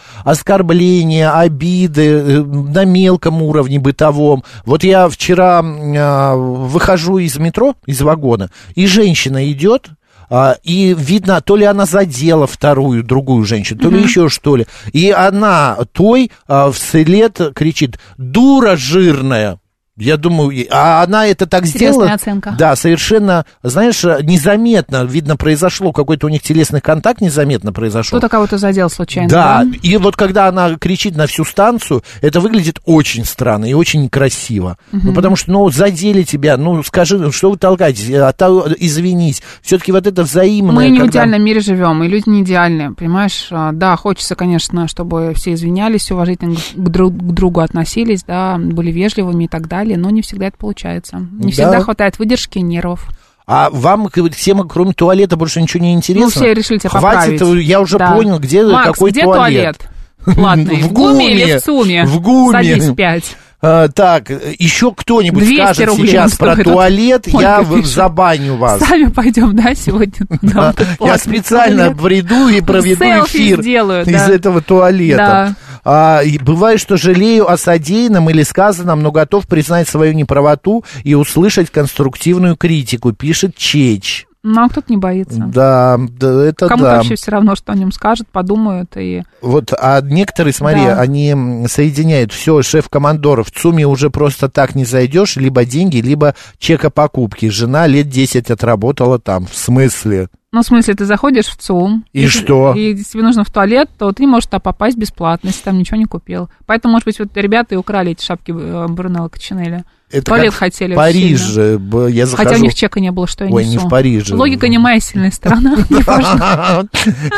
Speaker 1: оскорбления, обиды э, на мелком уровне бытовом. Вот я вчера м, э, выхожу из метро, из вагона, и женщина идет, а, И видно, то ли она задела вторую, другую женщину, то ли еще что ли. И она той а, вслед кричит «Дура жирная!» Я думаю, и- а она это так
Speaker 2: Интересная
Speaker 1: сделала.
Speaker 2: оценка.
Speaker 1: Да, совершенно, знаешь, незаметно, видно, произошло какой-то у них телесный контакт, незаметно произошел.
Speaker 2: Кто-то кого-то задел случайно.
Speaker 1: Да, и вот когда она кричит на всю станцию, это выглядит очень странно и очень некрасиво. Ну, потому что, ну, задели тебя, ну, скажи, ну, что вы толкаетесь, а то извинись. Все-таки вот это взаимное...
Speaker 2: Мы не в
Speaker 1: когда-
Speaker 2: идеальном мире живем, и люди не идеальны, понимаешь? А, Да, хочется, конечно, чтобы все извинялись, уважительно к друг к другу относились, да, были вежливыми и так далее, но не всегда это получается. Не
Speaker 1: Да.
Speaker 2: всегда хватает выдержки и нервов.
Speaker 1: А вам к- всем, кроме туалета, больше ничего не интересно?
Speaker 2: Ну, все решили тебя
Speaker 1: Хватит,
Speaker 2: поправить.
Speaker 1: я уже
Speaker 2: Да.
Speaker 1: понял, где
Speaker 2: Макс,
Speaker 1: какой
Speaker 2: где
Speaker 1: туалет.
Speaker 2: туалет? Ладно,
Speaker 1: В
Speaker 2: в ГУМе
Speaker 1: ГУМе.
Speaker 2: или в ЦУМе?
Speaker 1: В ГУМе.
Speaker 2: Садись пять.
Speaker 1: А, так, еще кто-нибудь
Speaker 2: 200
Speaker 1: скажет
Speaker 2: рублей
Speaker 1: сейчас
Speaker 2: нам
Speaker 1: про
Speaker 2: стоит.
Speaker 1: туалет,
Speaker 2: Ольга
Speaker 1: я в-
Speaker 2: пишет.
Speaker 1: забаню вас.
Speaker 2: Сами пойдем, да, сегодня?
Speaker 1: Да,
Speaker 2: туда, вот этот
Speaker 1: А. я
Speaker 2: платный
Speaker 1: специально
Speaker 2: туалет.
Speaker 1: приду и проведу
Speaker 2: Селфи
Speaker 1: эфир
Speaker 2: сделаю,
Speaker 1: из
Speaker 2: да.
Speaker 1: этого туалета.
Speaker 2: Да.
Speaker 1: А, и бывает, что жалею о содеянном или сказанном, но готов признать свою неправоту и услышать конструктивную критику, пишет Чеч.
Speaker 2: Ну, а кто-то не боится.
Speaker 1: Да, да, это
Speaker 2: Кому-то
Speaker 1: да.
Speaker 2: вообще все равно, что о нем скажут, подумают и...
Speaker 1: Вот, а некоторые, смотри,
Speaker 2: Да.
Speaker 1: они м, соединяют все, шеф-командоров. В ЦУМе уже просто так не зайдешь, либо деньги, либо чека покупки. Жена лет 10 отработала там. В смысле?
Speaker 2: Ну, в смысле, ты заходишь в ЦУМ.
Speaker 1: И что?
Speaker 2: И тебе нужно в туалет, то ты не можешь туда попасть бесплатно, если там ничего не купил. Поэтому, может быть, вот ребята и украли эти шапки э, Брунелла Качинеля.
Speaker 1: Это
Speaker 2: Туалет
Speaker 1: как
Speaker 2: хотели
Speaker 1: в
Speaker 2: очень
Speaker 1: Париже. Б- Я захожу.
Speaker 2: Хотя у них чека не было, что я
Speaker 1: Ой,
Speaker 2: несу.
Speaker 1: не в Париже.
Speaker 2: Логика не моя сильная сторона. неважно.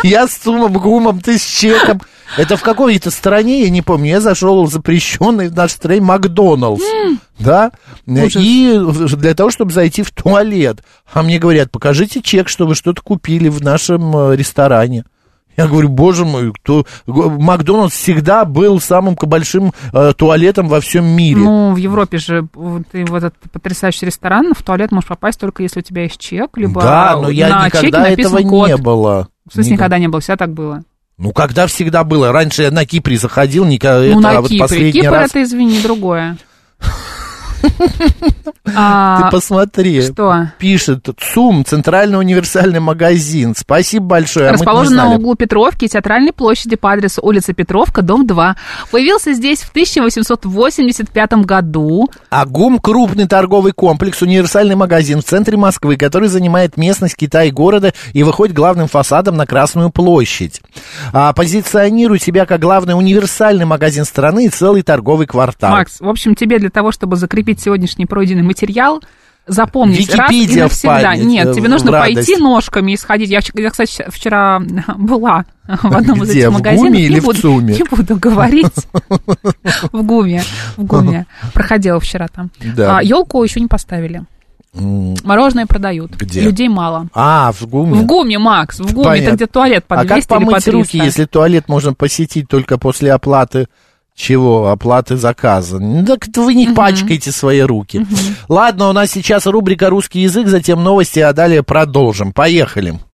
Speaker 1: Я с Сумом Гумом, ты с Чеком. Это в какой-то стране, я не помню. Я зашел в запрещенный в нашей стране Макдоналдс. Да? И в- для того, чтобы зайти в туалет. А мне говорят, покажите чек, что вы что-то купили в нашем э, ресторане. Я говорю, боже мой, кто... Г- Макдоналдс всегда был самым к- большим э, туалетом во всем мире.
Speaker 2: Ну, в Европе же э, ты в этот потрясающий ресторан, в туалет можешь попасть только если у тебя есть чек, либо
Speaker 1: да, но я
Speaker 2: на чеке
Speaker 1: никогда этого
Speaker 2: написан код.
Speaker 1: не было.
Speaker 2: В смысле,
Speaker 1: Никогда.
Speaker 2: никогда не было, всегда так было.
Speaker 1: Ну, когда всегда было. Раньше я на Кипре заходил, никогда,
Speaker 2: ну,
Speaker 1: это,
Speaker 2: на
Speaker 1: а вот
Speaker 2: Кипре.
Speaker 1: последний
Speaker 2: Кипр
Speaker 1: раз...
Speaker 2: это, извини, другое. А,
Speaker 1: Ты А посмотри.
Speaker 2: что?
Speaker 1: Пишет ЦУМ, Центральный универсальный магазин. Спасибо большое. а мы
Speaker 2: Расположен
Speaker 1: не
Speaker 2: на
Speaker 1: знали.
Speaker 2: углу Петровки и Театральной площади по адресу улица Петровка, дом 2. Появился здесь в 1885 году.
Speaker 1: А ГУМ – крупный торговый комплекс, универсальный магазин в центре Москвы, который занимает местность Китая и города и выходит главным фасадом на Красную площадь. А, позиционирует себя как главный универсальный магазин страны и целый торговый квартал.
Speaker 2: Макс, в общем, тебе для того, чтобы закрепить сегодняшний пройденный материал, запомнить
Speaker 1: Википедия в
Speaker 2: раз и навсегда.
Speaker 1: память, э,
Speaker 2: Нет, тебе нужно
Speaker 1: в радость.
Speaker 2: пойти ножками и сходить. Я, вч- я, кстати, щ- вчера была в одном из
Speaker 1: Где,
Speaker 2: этих
Speaker 1: в
Speaker 2: магазинов.
Speaker 1: «Гуме»
Speaker 2: Не
Speaker 1: или в
Speaker 2: буду-
Speaker 1: «Цуме»?
Speaker 2: Не буду говорить. В ГУМе. В ГУМе. Проходила вчера там. А,
Speaker 1: Да.
Speaker 2: Елку еще не поставили. Мороженое продают.
Speaker 1: Где?
Speaker 2: Людей мало.
Speaker 1: А, в ГУМе.
Speaker 2: В ГУМе, Макс, в ГУМе,
Speaker 1: Понятно.
Speaker 2: это где туалет по
Speaker 1: а
Speaker 2: 200
Speaker 1: как
Speaker 2: или по
Speaker 1: помыть
Speaker 2: 300.
Speaker 1: руки, если туалет можно посетить только после оплаты чего? Оплаты заказа. Ну, Так это вы не пачкаете свои руки. Ладно, у нас сейчас рубрика «Русский язык», затем новости, а далее продолжим. Поехали.